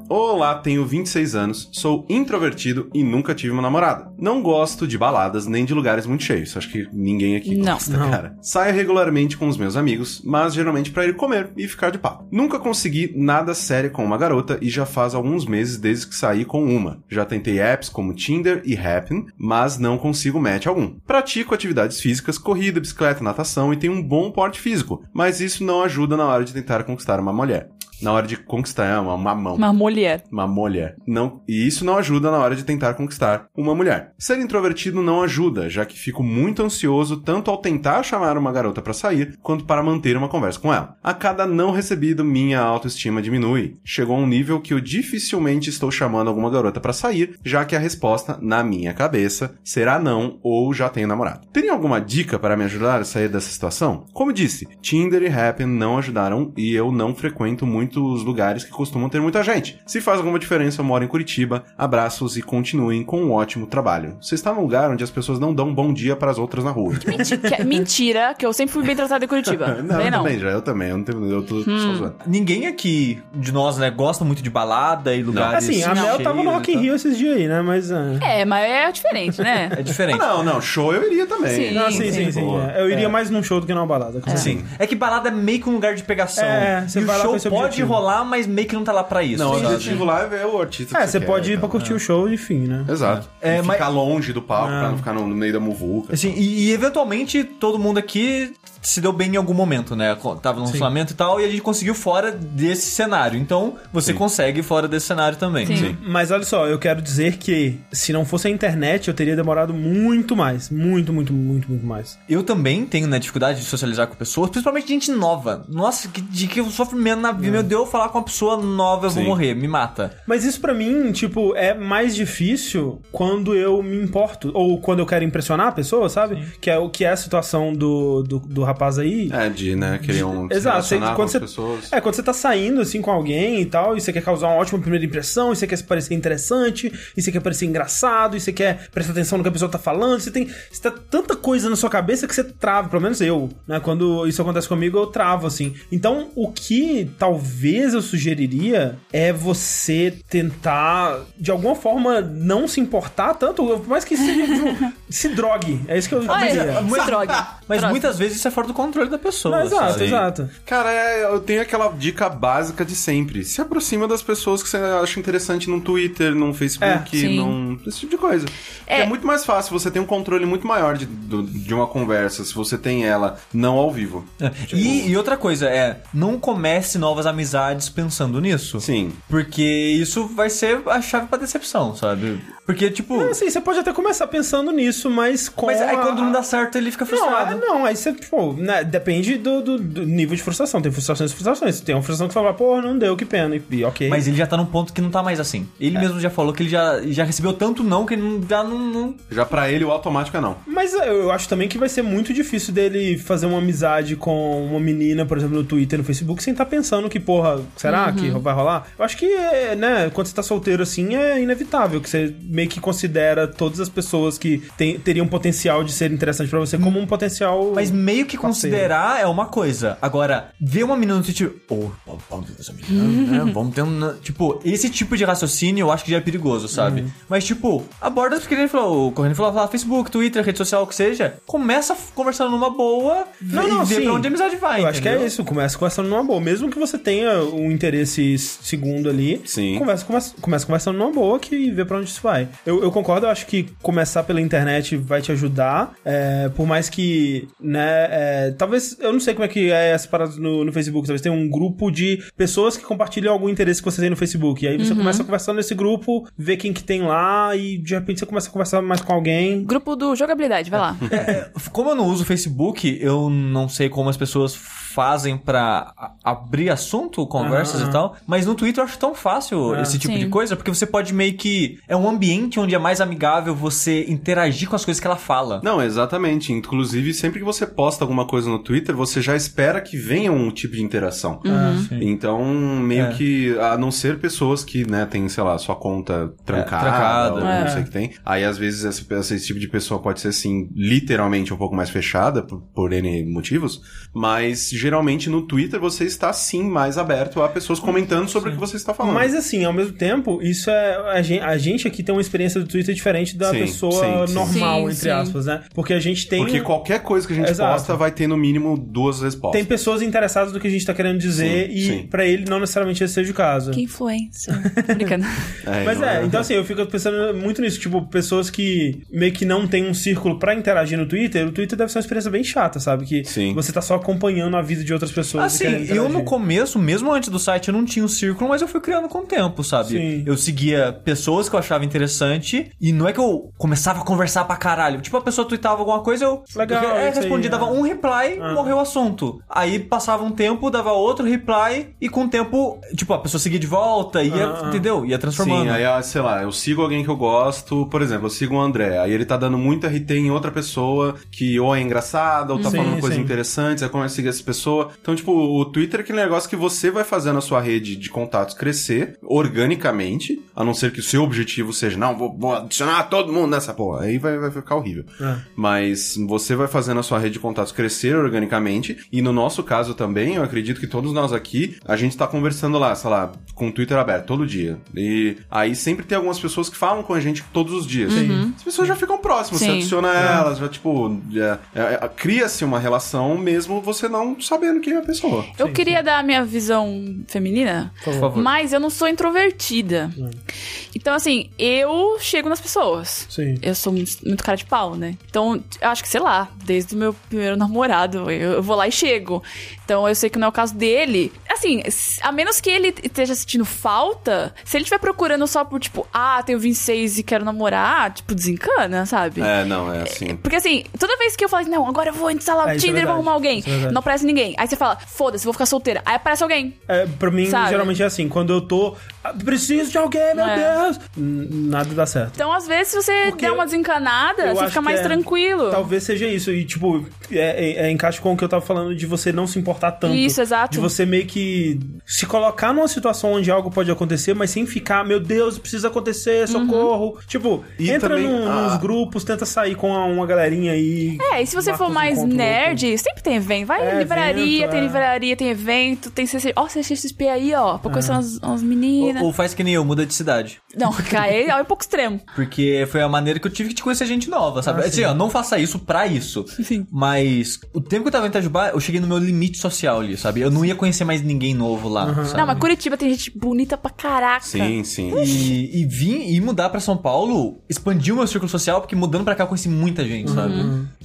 Olá, tenho 26 anos, sou introvertido e nunca tive uma namorada. Não gosto de baladas nem de lugares muito cheios. Acho que ninguém aqui
Não.
gosta,
Não.
cara. Saio regularmente com os meus amigos, mas geralmente pra ir comer e ficar de papo. Nunca consegui nada sério com uma garota e já faz alguns meses desde que saí com uma. Já tentei apps como Tinder e Happn, mas não consigo match algum. Pratico atividades físicas, corrida, bicicleta, natação e tenho um bom porte físico, mas isso não ajuda na hora de tentar conquistar uma mulher. Na hora de conquistar uma, uma mão
Uma mulher.
uma mulher. Não, e isso não ajuda na hora de tentar conquistar uma mulher. Ser introvertido não ajuda, já que fico muito ansioso tanto ao tentar chamar uma garota pra sair, quanto para manter uma conversa com ela. A cada não recebido, minha autoestima diminui. Chegou a um nível que eu dificilmente estou chamando alguma garota pra sair, já que a resposta, na minha cabeça, será não ou já tenho namorado. Teria alguma dica para me ajudar a sair dessa situação? Como disse, Tinder e Happn não ajudaram e eu não frequento muitos lugares que costumam ter muita gente. Se faz alguma diferença, eu moro em Curitiba. Abraços e continuem com um ótimo trabalho. Você está num lugar onde as pessoas não dão um bom dia para as outras na rua.
Menti- que- mentira, que eu sempre fui bem tratada em Curitiba.
não,
Bem,
eu
não. Hum.
também, já, eu também. Eu, não tenho, eu tô só zoando.
Ninguém aqui de nós, né, gosta muito de balada e lugares...
Assim, a Mel
cheios
tava no
e
Rock in
tal.
Rio esses dias aí, né? Mas... é.
É, mas é diferente, né?
É
Ah,
diferente.
não, não, show eu iria também.
Sim.
Não, sim, sim,
Boa.
sim. é. Eu iria mais num show do que numa balada. com certeza.
Sim. É que balada é meio que um lugar de pegação.
É, você
e o
vai lá com
show
esse
pode
objetivo.
rolar, mas meio que não tá lá pra isso.
Não, o
sabe?
objetivo lá é ver o artista.
É,
que
você pode
quer,
ir pra
então.
curtir o show, enfim, né?
Exato.
É,
E
mas-
Ficar longe do palco pra não ficar no, no meio da muvuca.
Assim, e, e eventualmente todo mundo aqui se deu bem em algum momento, né? Co- Tava no lançamento e tal, e a gente conseguiu fora desse cenário. Então, você consegue fora desse cenário também.
Sim.
Sim.
Mas olha só, eu quero dizer que se não fosse a internet, eu teria demorado muito mais. Muito, muito, muito, muito mais.
Eu
Hum.
também tenho né, dificuldade de socializar com pessoas, principalmente gente nova. Nossa, que, de que eu sofro menos na vida. Meu quando eu falar com uma pessoa nova, eu vou
Sim.
morrer, me mata.
Mas isso pra mim, tipo, é mais difícil quando eu me importo. Ou quando eu quero impressionar a pessoa, sabe? Que é o que é a situação do, do, do rapaz aí.
É, de, né, querer um... se
Exato, você-
relacionar com
quando
as
você,
pessoas.
é, quando você tá saindo assim com alguém e tal, e você quer causar uma ótima primeira impressão, e você quer se parecer interessante, e você quer parecer engraçado, e você quer prestar atenção no que a pessoa tá falando, você tem. Você tá tanta coisa na sua cabeça que você trava, pelo menos eu, né? Quando isso acontece comigo, eu travo, assim. Então, o que talvez eu sugeriria é você tentar, de alguma forma, não se importar tanto, por mais que seja. de um- se drogue. É isso que eu diria.
Olha, muito droga.
Mas
Droga.
muitas vezes isso é fora do controle da pessoa.
Não, exato,
sabe?
exato.
Cara, é, eu tenho aquela dica básica de sempre. Se aproxima das pessoas que você acha interessante num Twitter, num
É,
Facebook,
sim.
num. esse tipo de coisa.
É.
É. muito mais fácil, você tem um controle muito maior de, do- de uma conversa se você tem ela não ao vivo. Tipo,
É. E, e outra coisa é, não comece novas amizades pensando nisso.
Sim.
Porque isso vai ser a chave pra decepção, sabe? Porque, tipo.
Não, assim, você pode até começar pensando nisso, mas com.
mas aí
a- Ah,
quando não dá certo, ele fica
Não,
frustrado.
ah, não, aí você, pô, né, depende do, do- do nível de frustração. Tem frustrações e frustrações. Tem uma frustração que fala, pô, não deu, que pena. E, e ok.
Mas ele já tá num ponto que não tá mais assim.
É.
Ele mesmo já falou que ele já, já recebeu tanto não que ele não, já não, não-
Já pra ele, o automático é não.
Mas eu eu acho também que vai ser muito difícil dele fazer uma amizade com uma menina, por exemplo, no Twitter, no Facebook, sem estar pensando que, porra, será que
Uhum.
vai rolar? Eu acho que, é, né, quando você tá solteiro assim, é inevitável que você meio que considera todas as pessoas que tem- teriam potencial de ser interessante pra você como um potencial.
Mas meio que
Parceiro.
considerar é uma coisa. Agora, ver uma menina no Twitter. Ô, vamos- vamos ver essa menina, né?
Uhum.
Vamos ter um. Tipo, esse tipo de raciocínio eu acho que já é perigoso, sabe?
Uhum.
Mas, tipo, aborda porque ele falou. O Corrêa falou, fala, Facebook, Twitter, rede social, o que seja. Começa f- conversando numa boa
Não,
e
não,
vê
sim.
pra onde a amizade vai.
Eu acho que é
entendeu?
isso, começa conversando numa boa. Mesmo que você tenha um interesse segundo ali,
Sim.
começa, começa, começa conversando numa boa que e vê pra onde isso vai. Eu, eu concordo, eu acho que começar pela internet vai te ajudar. é, por mais que, né, é, talvez, eu não sei como é que é essa parada no, no Facebook, talvez tenha um grupo de pessoas que compartilham algum interesse que você tem no Facebook. E aí você começa conversando nesse grupo, vê quem que tem lá e de repente você começa a conversar mais com alguém.
Grupo do Jogabilidade, vai lá.
É, Como eu não uso o Facebook, eu não sei como as pessoas fazem pra a- abrir assunto, conversas
Aham.
e tal, mas no Twitter eu acho tão fácil
É.
esse tipo de
Sim.
coisa, porque você pode meio que é um ambiente onde é mais amigável você interagir com as coisas que ela fala.
Não, exatamente. Inclusive, sempre que você posta alguma coisa no Twitter, você já espera que venha um tipo de interação.
Ah,
Então, meio
É.
que, a não ser pessoas que, né, tem, sei lá, sua conta trancada,
trancada.
ou
É.
não sei o que tem. Aí, às vezes, essa- essa- esse tipo de pessoa pode ser, assim, literalmente um pouco mais fechada, por, por N motivos. Mas, geralmente, no Twitter, você está, sim, mais aberto a pessoas comentando sobre o que você está falando.
Mas assim, ao mesmo tempo, isso é. A gen- a gente, aqui tem uma experiência do Twitter diferente da
Sim,
pessoa
sim, sim.
normal,
Sim,
entre
sim.
aspas, né? Porque a gente tem.
Porque qualquer coisa que a gente
Exato.
posta vai ter, no mínimo, duas respostas.
Tem pessoas interessadas no que a gente tá querendo dizer
Sim,
e
sim.
pra ele não necessariamente esse seja o caso.
Que influencer. Brincando.
Mas
não
é, então assim, eu fico pensando muito nisso, tipo, pessoas que meio que não têm um círculo pra interagir no Twitter, o Twitter deve ser uma experiência bem chata, sabe? Que
Sim. Ah,
você tá só acompanhando a vida de outras pessoas. e querendo
Assim, eu
interagir.
no começo, mesmo antes do site, eu não tinha um círculo, mas eu fui criando com o tempo, sabe?
Sim.
Eu seguia pessoas que eu achava interessante, e não é que eu começava a conversar pra caralho. Tipo, a pessoa tweetava alguma coisa, eu
Legal,
eu, é,
isso aí,
respondia,
é. Ah.
dava um reply, morreu o assunto. Aí passava um tempo, dava outro reply, e com o tempo, tipo, a pessoa seguia de volta, ia,
Ah.
entendeu? Ia transformando.
Sim, aí, ah, sei lá, eu sigo alguém que eu gosto, por exemplo, eu sigo o André, aí ele tá dando muito RT em outra pessoa que ou é engraçada, ou tá
Sim,
falando coisas
sim.
interessantes, aí começa a seguir essa pessoa. Então, tipo, o Twitter é aquele negócio que você vai fazendo a sua rede de contatos crescer organicamente, a não ser que o seu objetivo seja, não, vou, vou adicionar todo mundo nessa porra. Aí vai, vai ficar horrível.
É.
Mas você vai fazendo a sua rede de contatos crescer organicamente. E no nosso caso também, eu acredito que todos nós aqui, a gente tá conversando lá, sei lá, com o Twitter aberto todo dia. E aí sempre tem algumas pessoas que falam com a gente todos os dias. As pessoas já ficam próximas, você
Sim.
adiciona elas, já tipo. é, é, é, Cria-se uma relação mesmo você não sabendo quem é a pessoa.
Eu queria dar a minha visão feminina,
Por favor. Hum.
mas eu não sou introvertida. Então, assim, eu chego nas pessoas.
Sim.
Eu sou muito muito cara de pau, né? Então, eu acho que, sei lá, desde o meu primeiro namorado, eu, eu vou lá e chego. Então, eu sei que não é o caso dele. Assim, assim, s- a menos que ele esteja sentindo falta, se ele estiver procurando só por, tipo, ah, tenho 26 e quero namorar, tipo, desencana, sabe?
É, não, é assim.
Porque assim, toda vez que eu falo assim, não, agora eu vou instalar
É,
o
isso é
Tinder e vou
verdade,
arrumar alguém,
isso é verdade.
não aparece ninguém. Aí você fala, foda-se, vou ficar solteira. Aí aparece alguém.
É, pra mim,
Sabe?
geralmente é assim, quando eu tô. "Ah, Preciso de alguém, meu
É.
Deus! N- Nada dá certo.
Então, às vezes, se você
Porque
der uma desencanada,
Eu
você
acho
fica
que
mais
é-
tranquilo.
Talvez seja isso. E, tipo, é, é- é encaixa com o que eu tava falando de você não se importar tanto.
Isso, exato.
De você meio que se colocar numa situação onde algo pode acontecer, mas sem ficar, meu Deus, precisa acontecer,
Uhum.
socorro. Tipo,
E
entra
também-
num- nos
ah.
grupos, tenta sair com a- uma galerinha aí.
É, e se você
marca
for
uns
mais
encontros
nerd, sempre tem evento. Vai
É,
em livraria,
evento,
tem
é.
livraria, tem evento, tem CC... Ó, CXP aí, ó,
É.
pra conhecer umas, umas
né?
meninas.
Ou, ou faz que nem eu, muda de cidade.
Não, aí é um pouco extremo.
Porque foi a maneira que eu tive de conhecer gente nova, sabe?
Ah,
assim,
sim.
ó, não faça isso pra isso.
Sim.
Mas o tempo que eu tava em Itajubá, eu cheguei no meu limite social ali, sabe? Eu não ia conhecer mais ninguém novo lá, sabe?
Não, mas Curitiba tem gente bonita pra caraca.
Sim, sim.
E, e vim e mudar pra São Paulo expandiu meu círculo social, porque mudando pra cá eu conheci muita gente,
Uhum.
sabe?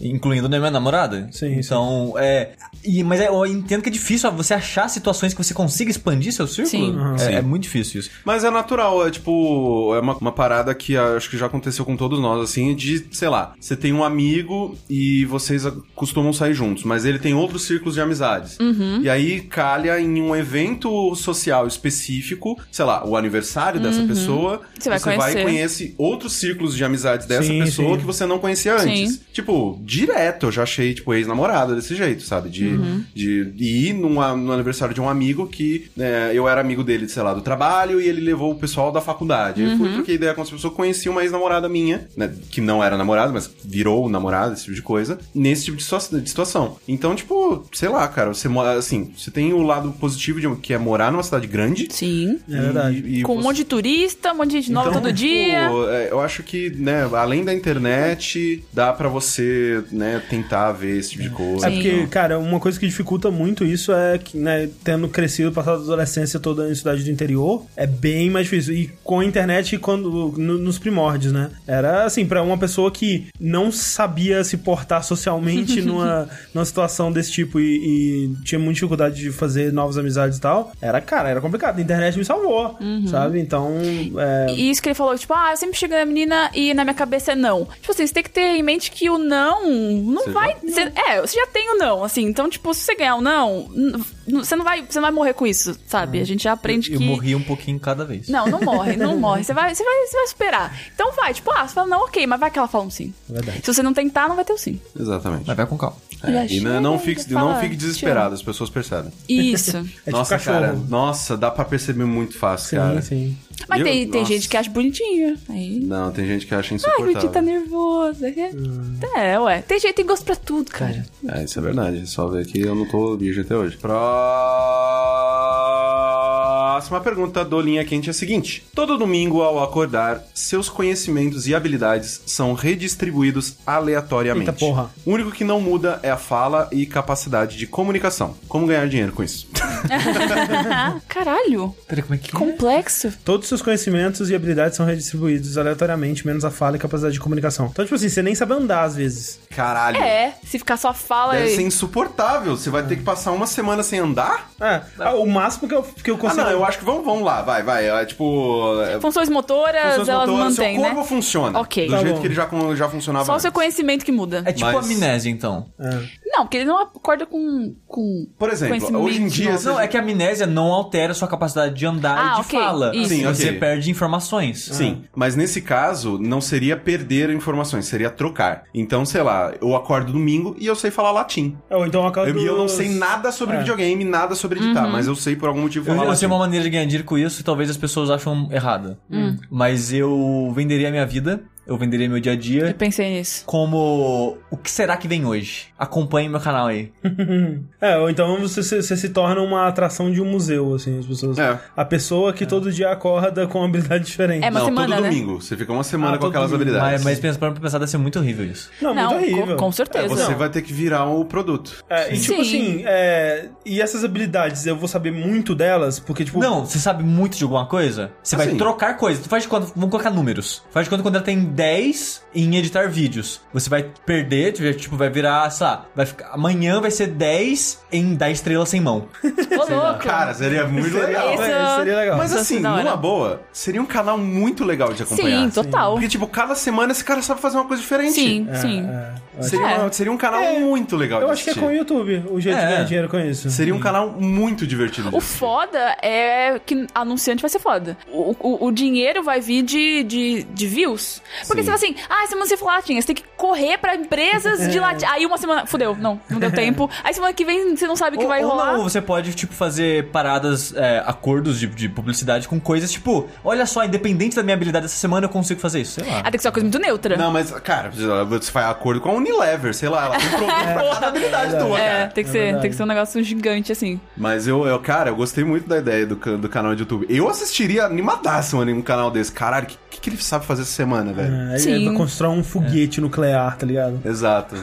Incluindo né, minha namorada.
Sim,
Então, é. E, mas é, eu entendo que é difícil ó, você achar situações que você consiga expandir seu círculo.
Sim.
Uhum.
É,
Sim.
é muito difícil isso.
Mas é natural, é tipo, é uma, uma parada que ah, acho que já aconteceu com todos nós, assim, de, sei lá, você tem um amigo e vocês ah, costumam sair juntos, mas ele tem outros círculos de
Uhum.
amizades. E aí calha em um evento social específico, sei lá, o aniversário dessa pessoa,
Uhum. Você vai
vai
conhecer.
e conhece outros círculos de amizades dessa
Sim,
pessoa
sim.
que você não conhecia antes.
Sim.
Tipo, direto, eu já achei, tipo, ex-namorada desse jeito, sabe? De, de ir numa- no aniversário de um amigo que né, eu era amigo dele, sei lá, do trabalho, e ele levou o pessoal da faculdade. Eu fui troquei ideia com as pessoas, conheci uma ex-namorada minha, né? Que não era namorada, mas virou namorada, esse tipo de coisa, nesse tipo de, situa- de situação. Então, tipo, sei lá, cara, você mora, assim, você tem o lado positivo de, que é morar numa cidade grande.
Sim.
É verdade.
e- e
Com um
você-
monte de turista, um monte de gente nova
Então,
todo
tipo,
dia.
é, Eu acho que, né, além da internet, dá pra você, né, tentar ver esse tipo de coisa.
É porque,
então.
cara, uma coisa que dificulta muito isso é que, né, tendo crescido, passado a adolescência toda em cidade do interior, é bem mais difícil. E com a internet, quando no- nos primórdios, né? Era assim, pra uma pessoa que não sabia se portar socialmente numa, numa situação desse tipo e, e tinha muita dificuldade de fazer novas amizades e tal, era, cara, era complicado. A internet me salvou, sabe? Então, é,
E isso que ele falou, tipo, ah, eu sempre chego na menina e na minha cabeça é não. Tipo assim, você tem que ter em mente que o não não
Você
vai. você- é, você já tem o não, assim. Então, tipo, se você ganhar o não, n- n- você não vai, você não vai morrer com isso,
É.
sabe? A gente já aprende
Eu
que.
morri um pouquinho cada vez.
Não, não morre, não morre. Você vai, você, vai, você vai superar. Então vai, tipo, ah, você fala, não, ok, mas vai que ela fala um sim.
Verdade.
Se você não tentar, não vai ter o sim.
Exatamente.
Mas vai com calma.
É,
Já
E não, não
chega,
fique,
fala,
não fique
"Te
desesperado, as pessoas percebem.
Isso.
é tipo
nossa,
cachorro.
cara, nossa, dá pra perceber muito fácil,
sim,
cara.
sim.
Mas
Eu-
tem, tem
nossa.
gente que acha bonitinho. Aí.
Não, tem gente que acha
Ai,
insuportável.
bonitinho, tá nervoso.
Hum.
É, ué. Tem jeito, tem gosto pra tudo, cara.
É, isso é verdade. Só ver que eu não tô virgem até hoje. Próxima pergunta do Linha Quente é a seguinte: Todo domingo ao acordar, seus conhecimentos e habilidades são redistribuídos aleatoriamente.
Eita porra.
O único que não muda é a fala e capacidade de comunicação. Como ganhar dinheiro com isso?
Ah, Caralho,
Peraí, como é que.
complexo.
Todos os seus conhecimentos e habilidades são redistribuídos aleatoriamente, menos a fala e capacidade de comunicação. Então, tipo assim, você nem sabe andar às vezes.
Caralho.
É, se ficar só fala
Deve ser
e...
insuportável. Você vai ter que passar uma semana sem andar?
É, ah, o máximo que eu, que eu
Ah,
consigo.
não, eu acho que vamos, vamos lá, vai, vai. É, tipo. é,
Funções motoras,
funções
elas
motoras,
mantêm,
seu corpo
né?
funciona.
Ok.
Do
Tá
jeito
bom.
que ele já, con- já funcionava.
Só o seu
antes.
conhecimento que muda.
É tipo
Mas-
amnésia, então.
É.
Não, porque ele não acorda com... com
Por exemplo,
conhecimento
hoje em dia.
novo.
você-
Não, é que a amnésia não altera a sua capacidade de andar
Ah,
e de
ok,
fala.
isso.
Sim, ok.
Você perde informações.
Sim, mas nesse caso, não seria perder informações, seria trocar. Então, sei lá, eu acordo domingo e eu sei falar latim.
Ou então eu
Eu,
acabo.
e eu não sei nada sobre
É.
videogame, nada sobre editar,
Uhum.
mas eu sei por algum motivo
Eu,
falar
eu
latim.
sei uma maneira de ganhar dinheiro com isso e talvez as pessoas acham errada.
Hum.
Mas eu venderia a minha vida, eu venderia meu dia a
Eu
dia
pensei nisso.
como o que será que vem hoje? Acompanhe meu canal aí.
é, ou então você, se- você se torna uma atração de um museu, assim, as pessoas.
É.
A pessoa que todo dia acorda com uma habilidade diferente.
É, mas-
não,
semana,
todo
né?
domingo. Você fica uma semana
Ah,
com
todo
aquelas
domingo.
habilidades.
Mas, mas pensa, para pensar, deve ser muito horrível isso.
Não,
não,
muito horrível.
com, com
É,
certeza.
você
Não.
vai ter que virar o produto.
É, e tipo
Sim.
assim, é, e essas habilidades, eu vou saber muito delas, porque, tipo,
Não, você sabe muito de alguma coisa? Você vai
Assim.
trocar coisas. Tu faz de conta, vamos colocar números. Faz de conta quando ela tem 10 em editar vídeos. Você vai perder, tipo, vai virar, sei lá, vai ficar, amanhã vai ser 10 em dar estrela sem mão.
Ô, louco.
Cara, seria muito legal.
Isso-
É, seria legal.
Mas
Isso
assim,
é da hora.
numa boa, seria um canal muito legal de acompanhar.
Sim, total.
Porque, tipo, cada semana esse cara sabe fazer uma coisa diferente.
Sim,
É,
sim.
é.
Seria, uma-
É.
seria um canal
É.
muito legal
Eu
de
acho que é
assistir.
com o YouTube o jeito
É.
de ganhar dinheiro com isso. Hum.
Seria um canal muito divertido. de
O
assistir.
foda é que anunciante vai ser foda. O, o, o dinheiro vai vir de, de, de views. Porque
Sim.
você fala assim, ah, semana você falou latinha, você tem que correr pra empresas de latinha. Aí uma semana, fudeu, não, não deu tempo. Aí semana que vem você não sabe o que
Ou-
vai
ou
rolar.
não, você pode, tipo, fazer paradas, é, acordos de, de publicidade com coisas, tipo, olha só, independente da minha habilidade essa semana eu consigo fazer isso, sei lá.
Ah, tem que ser uma coisa muito neutra.
Não, mas, cara, você faz acordo com a Unilever, sei lá, ela tem um
É,
produto pra cada habilidade tua,
é,
cara.
tem que, ser, tem que ser um negócio gigante assim.
Mas eu, eu, cara, eu gostei muito da ideia do, can- do canal de YouTube. Eu assistiria animadaço mano, em um canal desse. Caralho, o que, que, que ele sabe fazer essa semana, velho?
É, aí
Sim.
vai constrói um
É.
foguete nuclear, tá ligado?
Exato.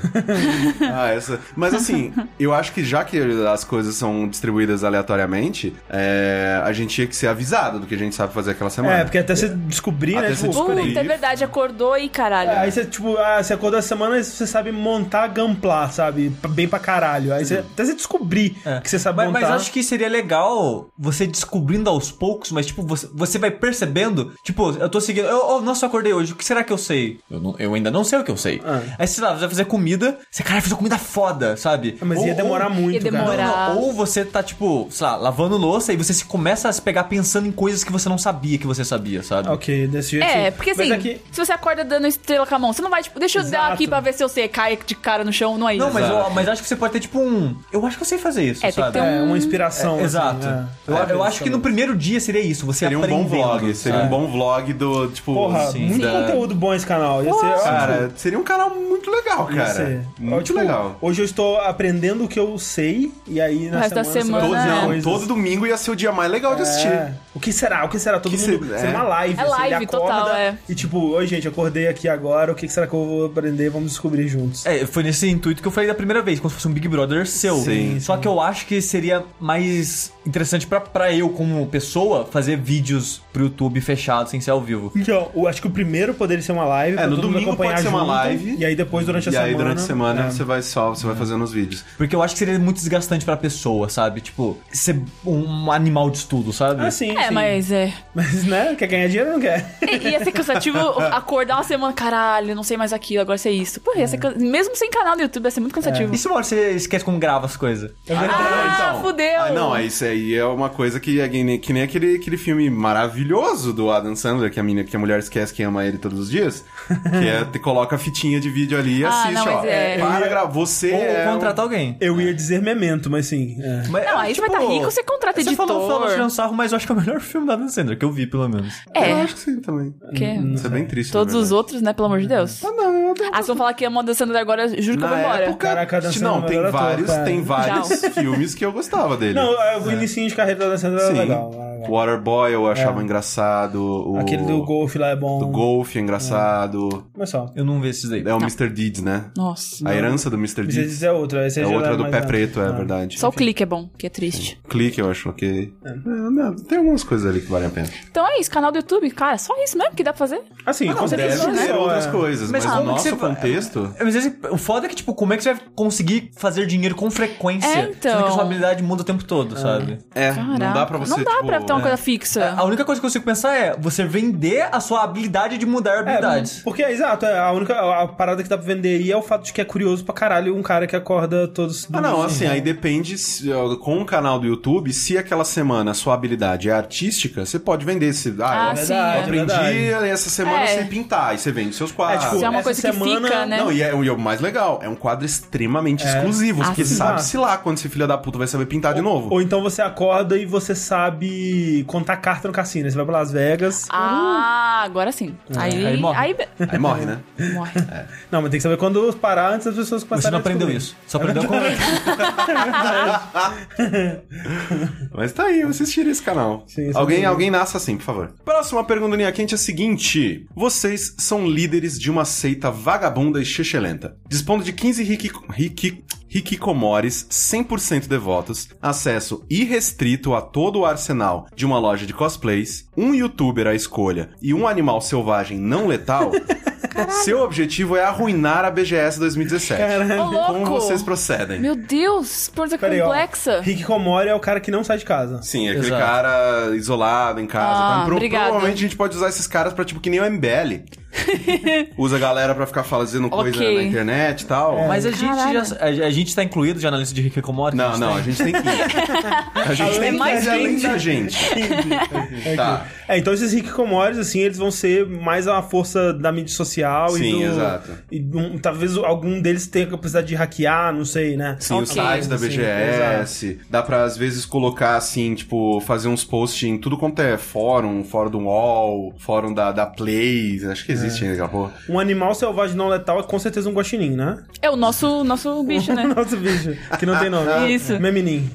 ah, essa. Mas assim, eu acho que já que as coisas são distribuídas aleatoriamente, é, a gente tinha que ser avisado do que a gente sabe fazer aquela semana.
É, porque até você descobrir,
Até você
né? Tipo,
descobrir.
Puta,
escolhi.
é verdade, acordou e caralho.
Aí você, tipo, ah, você acordou essa semana e você sabe montar gamplar, sabe? P- Bem pra caralho. Aí você, até você descobrir
É.
que você sabe
mas, mas
montar.
acho que seria legal você descobrindo aos poucos, mas tipo, você, você vai percebendo, tipo, eu tô seguindo, eu, oh, nossa, eu acordei hoje, o que será que eu sei? Eu, não- eu ainda não sei o que eu sei.
Ah.
Aí, sei lá, você vai fazer comida, você, cara, fez uma comida foda, sabe?
Ah, Mas ia
Ou-
demorar
ou-
muito,
Ia
cara.
demorar.
Não, não, ou você tá, tipo, sei lá, lavando louça e você se começa a se pegar pensando em coisas que você não sabia que você sabia, sabe?
Ok, desse jeito.
É,
sim.
porque
Mas
assim,
aqui-
se você acorda dando estrela com a mão, você não vai, tipo, deixa eu dar
Exato.
aqui pra ver se eu sei, cai de cara no chão, não é isso.
Não, mas,
Exato.
eu, mas acho que você pode ter, tipo, um. Eu acho que eu sei fazer isso,
É, tem que
sabe?
ter um-
É, uma inspiração. assim,
Exato.
é.
Eu, eu acho que no primeiro dia seria isso, você
Seria um bom
aprendendo,
vlog, seria um
sabe?
bom vlog do, tipo...
né? É. Porra,
assim,
muito
da-
conteúdo bom esse canal. Ia ser,
Cara, seria um canal muito legal,
Ia
cara.
ser.
Muito
Tipo,
legal.
Hoje eu estou aprendendo o que eu sei, e aí na
resto da
semana... você vai
semana, né?
Todo,
Mano,
fazer
não,
coisas.
todo domingo ia ser o dia mais legal de assistir.
Né? É. O que será? O que será? Todo
Que
mundo.
se-
Será
é.
uma live.
É
assim,
live
ele acorda
total, é.
E tipo, oi, gente, acordei aqui agora. O que que será que eu vou aprender? Vamos descobrir juntos.
É, foi nesse intuito que eu falei da primeira vez, como se fosse um Big Brother seu.
Sim.
Só que eu acho que seria mais interessante pra, pra eu, como pessoa, fazer vídeos pro YouTube fechado, sem ser ao vivo.
Então, eu acho que o primeiro poderia ser uma live.
É,
pra
no
todo mundo
domingo
acompanhar
pode ser uma
junto,
live.
E aí depois, durante a
e
semana.
aí, durante a semana,
é.
você vai só, você vai fazendo os vídeos.
Porque eu acho que seria muito desgastante pra pessoa, sabe? Tipo, ser um animal de estudo, sabe?
Ah, sim,
É,
sim.
mas é.
Mas, né? Quer ganhar dinheiro ou não quer?
I- Ia ser cansativo acordar uma semana, caralho, não sei mais aquilo, agora sei isso. Porra,
É.
ia ser can- mesmo sem canal no YouTube, ia ser muito cansativo.
E se uma hora você esquece como grava as coisas? É
Eu já-
Ah, fudeu!
Ah, não, é isso aí é uma coisa que é que nem, que nem aquele, aquele filme maravilhoso do Adam Sandler, que a, menina, que a mulher esquece que ama ele todos os dias. Que é, te coloca a fitinha de vídeo ali e
Ah,
assiste,
não,
ó.
mas é-
Para gravar. Você
Ou
é. um-
contratar alguém.
Eu ia dizer memento, mas sim. é.
Mas, ah, tipo,
Não, aí você vai tá rico, você contrata
Você falou
editor.
falando tirando sarro, mas eu acho que é o melhor filme da Adam Sandler, que eu vi, pelo menos.
Eu
É,
acho que sim também.
porque
Isso é bem triste.
todos
na
os
verdade.
outros, né, pelo amor de Deus. Ah,
não, eu
se eu falar que é moda Sandra agora, juro que eu vou
Na
embora.
época,
Caraca, Adam Sandler
não, tem
era ator,
vários,
cara.
tem vários
Tchau.
filmes que eu gostava dele.
Não, é, o inicinho de carreira da Adam Sandler era
Sim.
legal. era legal.
Waterboy eu achava engraçado. O...
Aquele do golfe lá é bom.
Do golfe é engraçado.
Mas só.
Eu não vi esses daí.
É, o Mr. Deeds, né?
Nossa.
A herança do Mr.
Precisa
Deeds.
dizer outra. Esse
É
já
outra
era
do
mais
pé
antes.
preto, é
Ah.
verdade.
Só o clique é bom, que é triste.
Clique, eu acho, ok. É, não, tem algumas coisas ali que valem a pena.
Então é isso, canal do YouTube, cara, só isso mesmo que dá pra fazer.
Assim, com
Deve
certeza.
triste,
ser
é.
outras coisas, mas,
Mas
o
como que
nosso
você-
contexto...
É, Mas esse- o foda é que, tipo, como é que você vai conseguir fazer dinheiro com frequência?
É, então.
Sendo que a sua habilidade muda o tempo todo, sabe?
É, não dá pra
Caraca,
você,
Não dá
tipo,
pra ter uma
é.
coisa assim, fixa.
A única coisa que eu consigo pensar é você vender a sua habilidade de mudar habilidades.
Porque, exato, é, a única a parada que dá pra vender aí é o fato de que é curioso pra caralho um cara que acorda todos.
Ah, não, assim, aí depende se, ó, com o canal do YouTube, se aquela semana a sua habilidade é artística, você pode vender esse. Ah,
Ah,
eu
sim.
Verdade,
é.
verdade.
aprendi essa semana
É.
sem pintar, aí você vende seus
É,
quadros.
tipo,
Isso é uma
essa
coisa que
semana-
fica, né?
Não, e, é, e é o mais legal, é um quadro extremamente exclusivo,
Ah,
porque
sim.
sabe-se lá quando esse filho da puta vai saber pintar de novo.
Ou então você acorda e você sabe contar carta no cassino. Você vai pra Las Vegas.
Ah, agora sim. Aí,
Aí morre.
aí,
É, Aí morre, né?
morre.
Não, mas tem que saber quando parar antes das pessoas
Você
começarem
não
a
aprendeu
descobrir.
isso. Só aprendeu com.
Mas tá aí, eu assistiria esse canal.
Sim, sim,
alguém,
sim.
alguém nasce assim, por favor. Próxima pergunta do Linha Quente é a seguinte: Vocês são líderes de uma seita vagabunda e xexelenta. Dispondo de 15 riqui, riqui, riquicomoris 100% devotos, acesso irrestrito a todo o arsenal de uma loja de cosplays, um youtuber à escolha e um animal selvagem não letal. Seu objetivo é arruinar a BGS 2017.
Caralho.
Ô, louco!
Como vocês procedem?
Meu Deus, pergunta
Peraí, ó.
complexa.
Rick Comori é o cara que não sai de casa.
Sim, é aquele
Exato.
cara isolado em casa. tá?
Ah,
Pro-
obrigada.
provavelmente a gente pode usar esses caras pra, tipo, que nem o MBL. Usa a galera pra ficar fazendo coisa
Ok.
na internet e tal.
É.
Mas a
Caralho.
gente, já, a, a gente tá incluído de analista de Rick Comori?
Não,
é.
não, a gente tem que ir. A gente
Além
tem
da
que ir além
gente.
da gente. Tá.
É, então esses Rick Comores, assim, eles vão ser mais a força da mídia social e
Sim,
do...
exato.
E um- talvez algum deles tenha a capacidade de hackear, não sei, né?
Sim, o
Ok.
site da
Sim,
BGS. dá pra, às vezes, colocar, assim, tipo, fazer uns posts em tudo quanto é fórum, fórum do UOL, fórum da, da Play. Acho que existe ainda aquela porra.
Um animal selvagem não letal é com certeza um guaxinim, né?
É o nosso, nosso bicho, né?
Nosso bicho, que não tem nome.
Isso.
Meminim.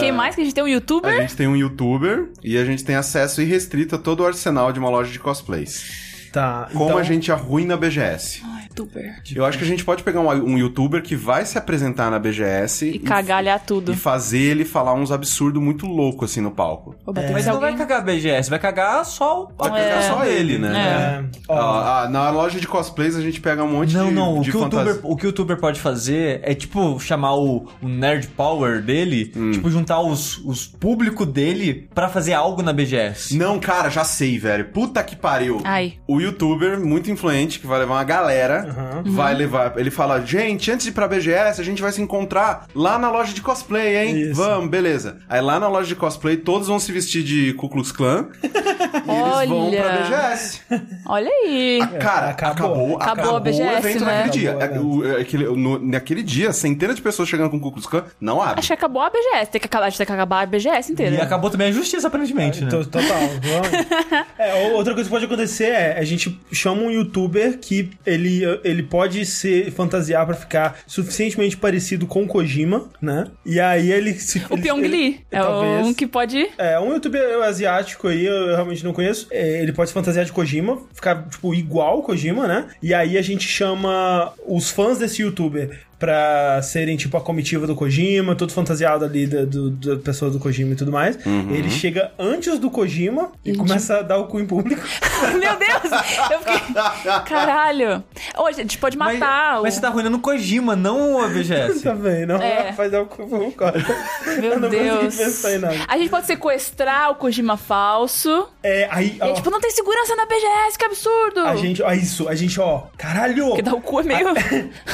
Quem mais que a gente tem? Um
É. A
youtuber?
gente tem um youtuber e a gente tem acesso irrestrito a todo o arsenal de uma loja de cosplays.
Tá.
Como
então-
a gente é arruina a BGS.
Ai, Ah, youtuber.
Tipo
Eu acho que a gente pode pegar um, um youtuber que vai se apresentar na BGS
E cagalhar tudo.
e fazer ele falar uns absurdos muito loucos assim no palco.
É.
Vou bater
Mas
mais
não vai
alguém.
cagar a BGS, vai cagar só o...
Vai cagar só ele, né?
É, ó,
Ah, ah, na loja de cosplays a gente pega um monte
Não,
de,
não. O
de
que, o
fantasia.
youtuber, o que o youtuber pode fazer é, tipo, chamar o, o nerd power dele, tipo, juntar os, os público dele pra fazer algo na BGS.
Não, cara, já sei, velho. Puta que pariu.
Ai.
O youtuber muito influente, que vai levar uma galera,
Uhum.
vai levar. Ele fala: gente, antes de ir pra BGS, a gente vai se encontrar lá na loja de cosplay, hein?
Isso.
Vamos, beleza. Aí lá na loja de cosplay, todos vão se vestir de Ku Klux Klan e eles vão
Olha.
pra BGS.
Olha aí.
É.
Cara, acabou, acabou,
acabou.
Acabou a
o
BGS,
evento
né?
naquele dia. É,
Acabou
O- aquele- no- naquele dia, centenas de pessoas chegando com o Ku Klux Klan, não abre.
Acho que acabou a BGS. Tem que acabar, a gente tem que acabar a BGS inteira.
E acabou também a justiça, aparentemente, né?
to- Então, Total. vamos. é, ou- outra coisa que pode acontecer é a gente chama um youtuber que ele, ele pode se fantasiar pra ficar suficientemente parecido com o Kojima, né? E aí ele se.
O
ele-
Pyong Lee
ele-
é
talvez-
um que pode.
É, um youtuber asiático aí, eu realmente não conheço. é, ele pode se fantasiar de Kojima, ficar, tipo, igual o Kojima, né? E aí a gente chama os fãs desse youtuber pra serem, tipo, a comitiva do Kojima, todo fantasiado ali da, do- da pessoa do Kojima e tudo mais. Ele chega antes do Kojima e começa a dar o cu em público.
Meu Deus! Eu fiquei. Caralho! Ô, gente, a gente pode
Mas,
matar
mas
o.
você tá arruinando o Kojima, não a BGS.
Também, não
É.
faz dar o cu em público. olha.
Meu
eu não consegui
Deus!
pensar em nada.
A gente pode sequestrar o Kojima falso.
É, aí,
E
ó,
é tipo, não tem segurança na BGS, que absurdo!
a gente, ó, isso, a gente, ó, caralho!
Porque dá o cu é meio.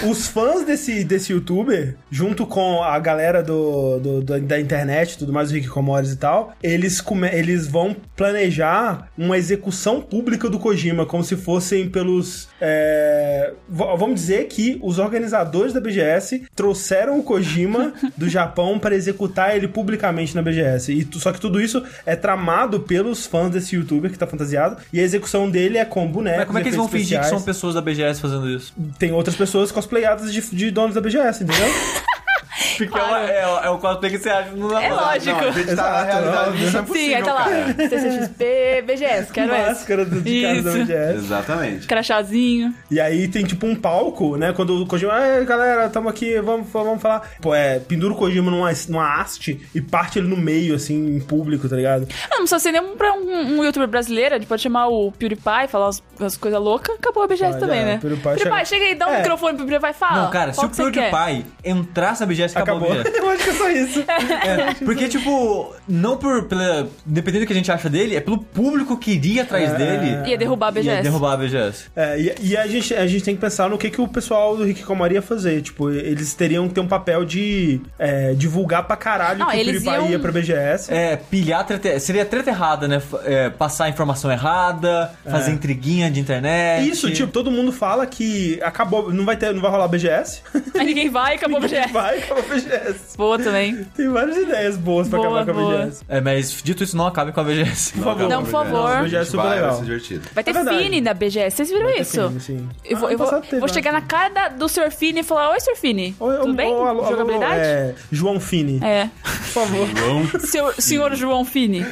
Os fãs desse, desse youtuber, junto com a galera do, do- do- da internet, tudo mais, o Rick Comores e tal, eles, come- eles vão planejar uma execução pública do Kojima, como se fossem pelos. é, v- vamos dizer que os organizadores da BGS trouxeram o Kojima do Japão para executar ele publicamente na BGS. E, tu- só que tudo isso é tramado pelos fãs desse youtuber que tá fantasiado, e a execução dele é com bonecos.
Mas como é que eles vão
efeitos
fingir que são
especiais
pessoas da BGS fazendo isso?
tem outras pessoas cosplayadas de, de donos da BGS, entendeu?
Porque
Claro.
é, o- é o cosplay que você acha no
É lógico.
Não, a gente tá na
Exato,
realidade, isso
óbvio.
é
Sim, aí
possível,
tá lá.
cara.
CCXP, BGS, quero essa.
Máscara do, de cara da
Isso.
BGS.
Exatamente.
Crachazinho.
E aí tem tipo um palco, né? Quando o Kojima, ah, galera, tamo aqui, vamos, vamos falar. Pô, é, pendura o Kojima numa, numa haste e parte ele no meio, assim, em público, tá ligado?
Ah, não precisa ser nem um- pra um, um youtuber brasileiro, a gente pode chamar o PewDiePie, falar as, coisas loucas, acabou a BGS
Ah,
também,
já,
né?
PewDiePie chega-
chega... aí, dá um
É.
microfone pro PewDiePie e fala.
Não, cara, se
qual
o
que é. você quer?
PewDiePie entrasse na BGS, acabou,
Acabou.
a BGS.
Eu acho que é só isso.
É, porque, tipo, não por. Pela, dependendo do que a gente acha dele, é pelo público que iria atrás
É.
dele.
Ia derrubar a BGS.
Ia derrubar a BGS.
É, e e a, gente, a gente tem que pensar no que, que o pessoal do Rick Comar ia fazer. Tipo, eles teriam que ter um papel de é, divulgar pra caralho
Não,
que o
eles
PewDiePie ia
iam-
pra BGS.
É, pilhar treta, seria treta errada, né? F- é, passar informação errada, fazer intriguinha de
É,
internet.
É. Isso, tipo, todo mundo fala que acabou, não vai ter, não vai rolar BGS.
Aí ninguém vai, acabou a BGS.
Vai acabar a BGS.
Boa também.
Tem várias ideias boas pra
Boa,
acabar com
boa.
a BGS.
É, mas dito isso, não acabe com a VGS.
Por
favor.
Não, por favor.
A
Já é
gente
super
vai, vai
legal.
ser divertido.
Vai ter
É verdade.
Fini na BGS, vocês
é
viram isso?
Sim, sim.
Eu vou,
Ah,
eu vou,
passado teve,
vou
né?
chegar na cara da- do Sr. Fini e falar: Oi, Sr. Fini.
Oi,
tudo
ô,
bem?
ô, alô, alô,
Jogabilidade?
é, João Fini.
É.
Por favor.
Vamos.
Seu- senhor João Fini.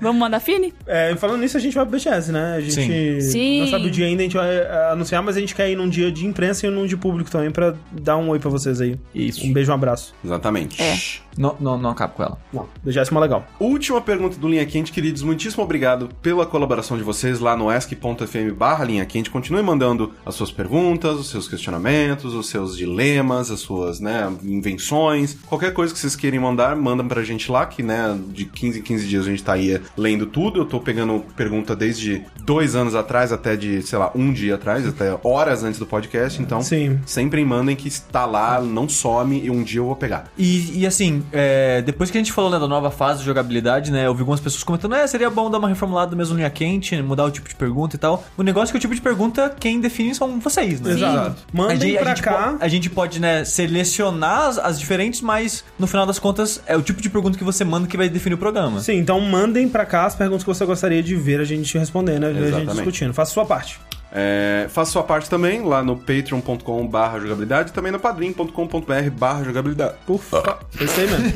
Vamos mandar Fini?
É, falando nisso, a gente vai pro BGS, né? A gente
Sim.
não sabe o dia ainda, a gente vai é, anunciar, mas a gente quer ir num dia de imprensa e num de público também pra dar um oi pra vocês aí.
Isso.
Um beijo, um abraço. espaço.
Exatamente.
É.
Não, não, não acabo com ela.
Não. Do Jéssica legal.
Última pergunta do Linha Quente, queridos. Muitíssimo obrigado pela colaboração de vocês lá no ask.fm barra Linha Quente. Continue mandando as suas perguntas, os seus questionamentos, os seus dilemas, as suas, né, invenções. Qualquer coisa que vocês querem mandar, mandam pra gente lá, que, né, de 15 em 15 dias a gente tá aí lendo tudo. Eu tô pegando pergunta desde dois anos atrás até de, sei lá, um dia atrás, até horas antes do podcast. Então,
Sim.
sempre mandem que está lá, não some e um dia eu vou pegar.
E, e assim, é, depois que a gente falou né, da nova fase de jogabilidade, né? Eu vi algumas pessoas comentando, é, seria bom dar uma reformulada mesmo no linha quente, mudar o tipo de pergunta e tal. O negócio é que o tipo de pergunta, quem define são vocês, né?
Exato. Mandem
a gente,
pra
a gente
cá.
po- a gente pode, né, selecionar as, as diferentes, mas no final das contas é o tipo de pergunta que você manda que vai definir o programa.
Sim, então mandem pra cá as perguntas que você gostaria de ver a gente respondendo, a gente
Exatamente.
discutindo. Faça a sua parte.
É, faça sua parte também lá no patreon.com barra jogabilidade e também no padrim.com.br barra jogabilidade.
Por favor. Pensei mesmo.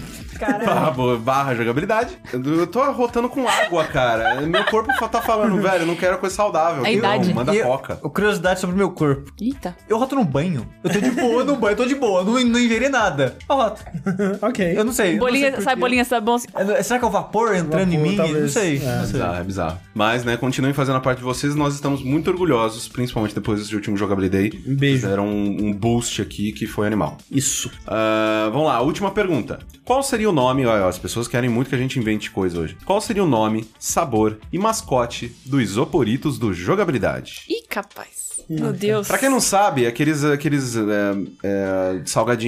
Barra, bo- barra jogabilidade. Eu, eu tô rotando com água, cara. Meu corpo só tá falando, velho, eu não quero coisa saudável.
A
Não,
idade.
manda
eu,
coca.
eu- curiosidade sobre o meu corpo.
Eita.
Eu roto no banho. Eu tô de boa no banho, eu tô de boa, eu não, não ingerei nada. Eu roto.
ok.
Eu não sei. eu não sei
Bolinha,
por
sai
quê.
bolinha sabão.
É, não- Será que é o vapor entrando em
Vapor,
mim?
talvez.
Não sei.
É.
não sei.
Bizarro, é bizarro. Mas, né, continuem fazendo a parte de vocês. Nós estamos muito orgulhosos, principalmente depois desse último jogabilidade.
Um beijo.
Fizeram um, um boost aqui que foi animal.
Isso.
Ah, vamos lá, última pergunta. Qual seria o nome? Olha, ó, as pessoas querem muito que a gente invente coisa hoje. Qual seria o nome, sabor e mascote dos isoporitos do jogabilidade?
Ih, capaz. Meu Deus.
Pra quem não sabe, aqueles, aqueles é, é,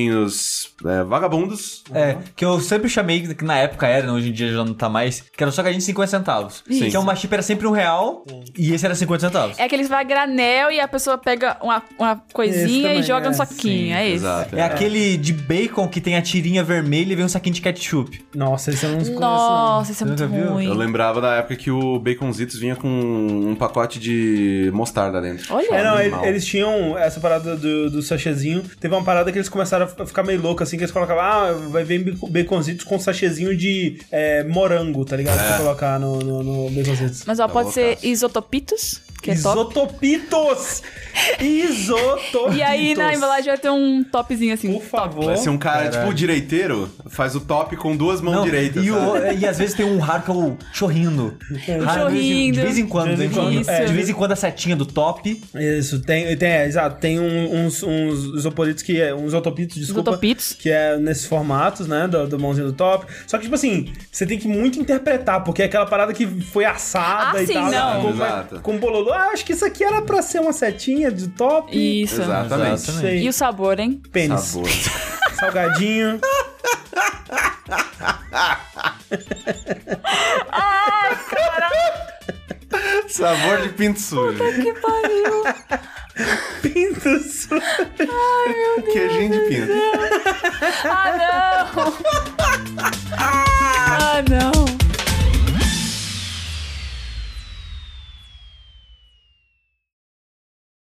salgadinhos é, vagabundos.
É, que eu sempre chamei, que na época era, né, hoje em dia já não tá mais, que era só que a gente 50 centavos.
Sim.
Que é uma chip era sempre um real e esse era 50 centavos.
É que eles vai a granel e a pessoa pega uma, uma
Esse
coisinha
também,
e joga
é.
no saquinho. é esse.
Exato.
É, aquele de bacon que tem a tirinha vermelha e vem um saquinho de ketchup.
Nossa, esse eu não conheço. não.
Nossa, isso é
Você
muito
nunca viu?
Eu
ruim.
lembrava da época que o Baconzitos vinha com um pacote de mostarda dentro.
Olha.
É, não, ele-
Animal.
eles tinham essa parada do, do sachêzinho. Teve uma parada que eles começaram a ficar meio louco, assim, que eles colocavam, ah, vai vir bico- baconzitos com sachêzinho de é, morango, tá ligado?
É.
Pra colocar no, no, no baconzitos.
Mas ó,
Tá
pode ser
loucaço.
isotopitos, que é top.
Isotopitos! Isotopitos!
E aí na embalagem vai ter um topzinho assim.
Por favor.
Vai ser um cara, tipo, direiteiro, faz o top com duas mãos
Não,
direitas.
E, o-
sabe?
e às vezes tem um raro que é o chorrindo. Raro, de-
chorrindo.
De vez em quando.
É, De vez em quando,
né?
é.
de vez em quando a setinha do top.
Isso, tem, tem é, exato, tem um- uns, uns isoporitos que é, uns otopitos, desculpa.
Isotopitos.
Que é nesses formatos, né, do, do mãozinho do top. Só que, tipo assim, você tem que muito interpretar, porque é aquela parada que foi assada
Ah,
e
sim,
tal.
não.
Com,
Exato.
com bololô. Ah, acho que isso aqui era pra ser uma setinha de top.
Isso.
Exatamente.
Exatamente.
Sei.
E o sabor, hein?
pênis.
Sabor.
Salgadinho.
Sabor de pinto sujo.
Que pariu.
Pinto sujo.
Queijinho de pinto.
Ah, não! Ah,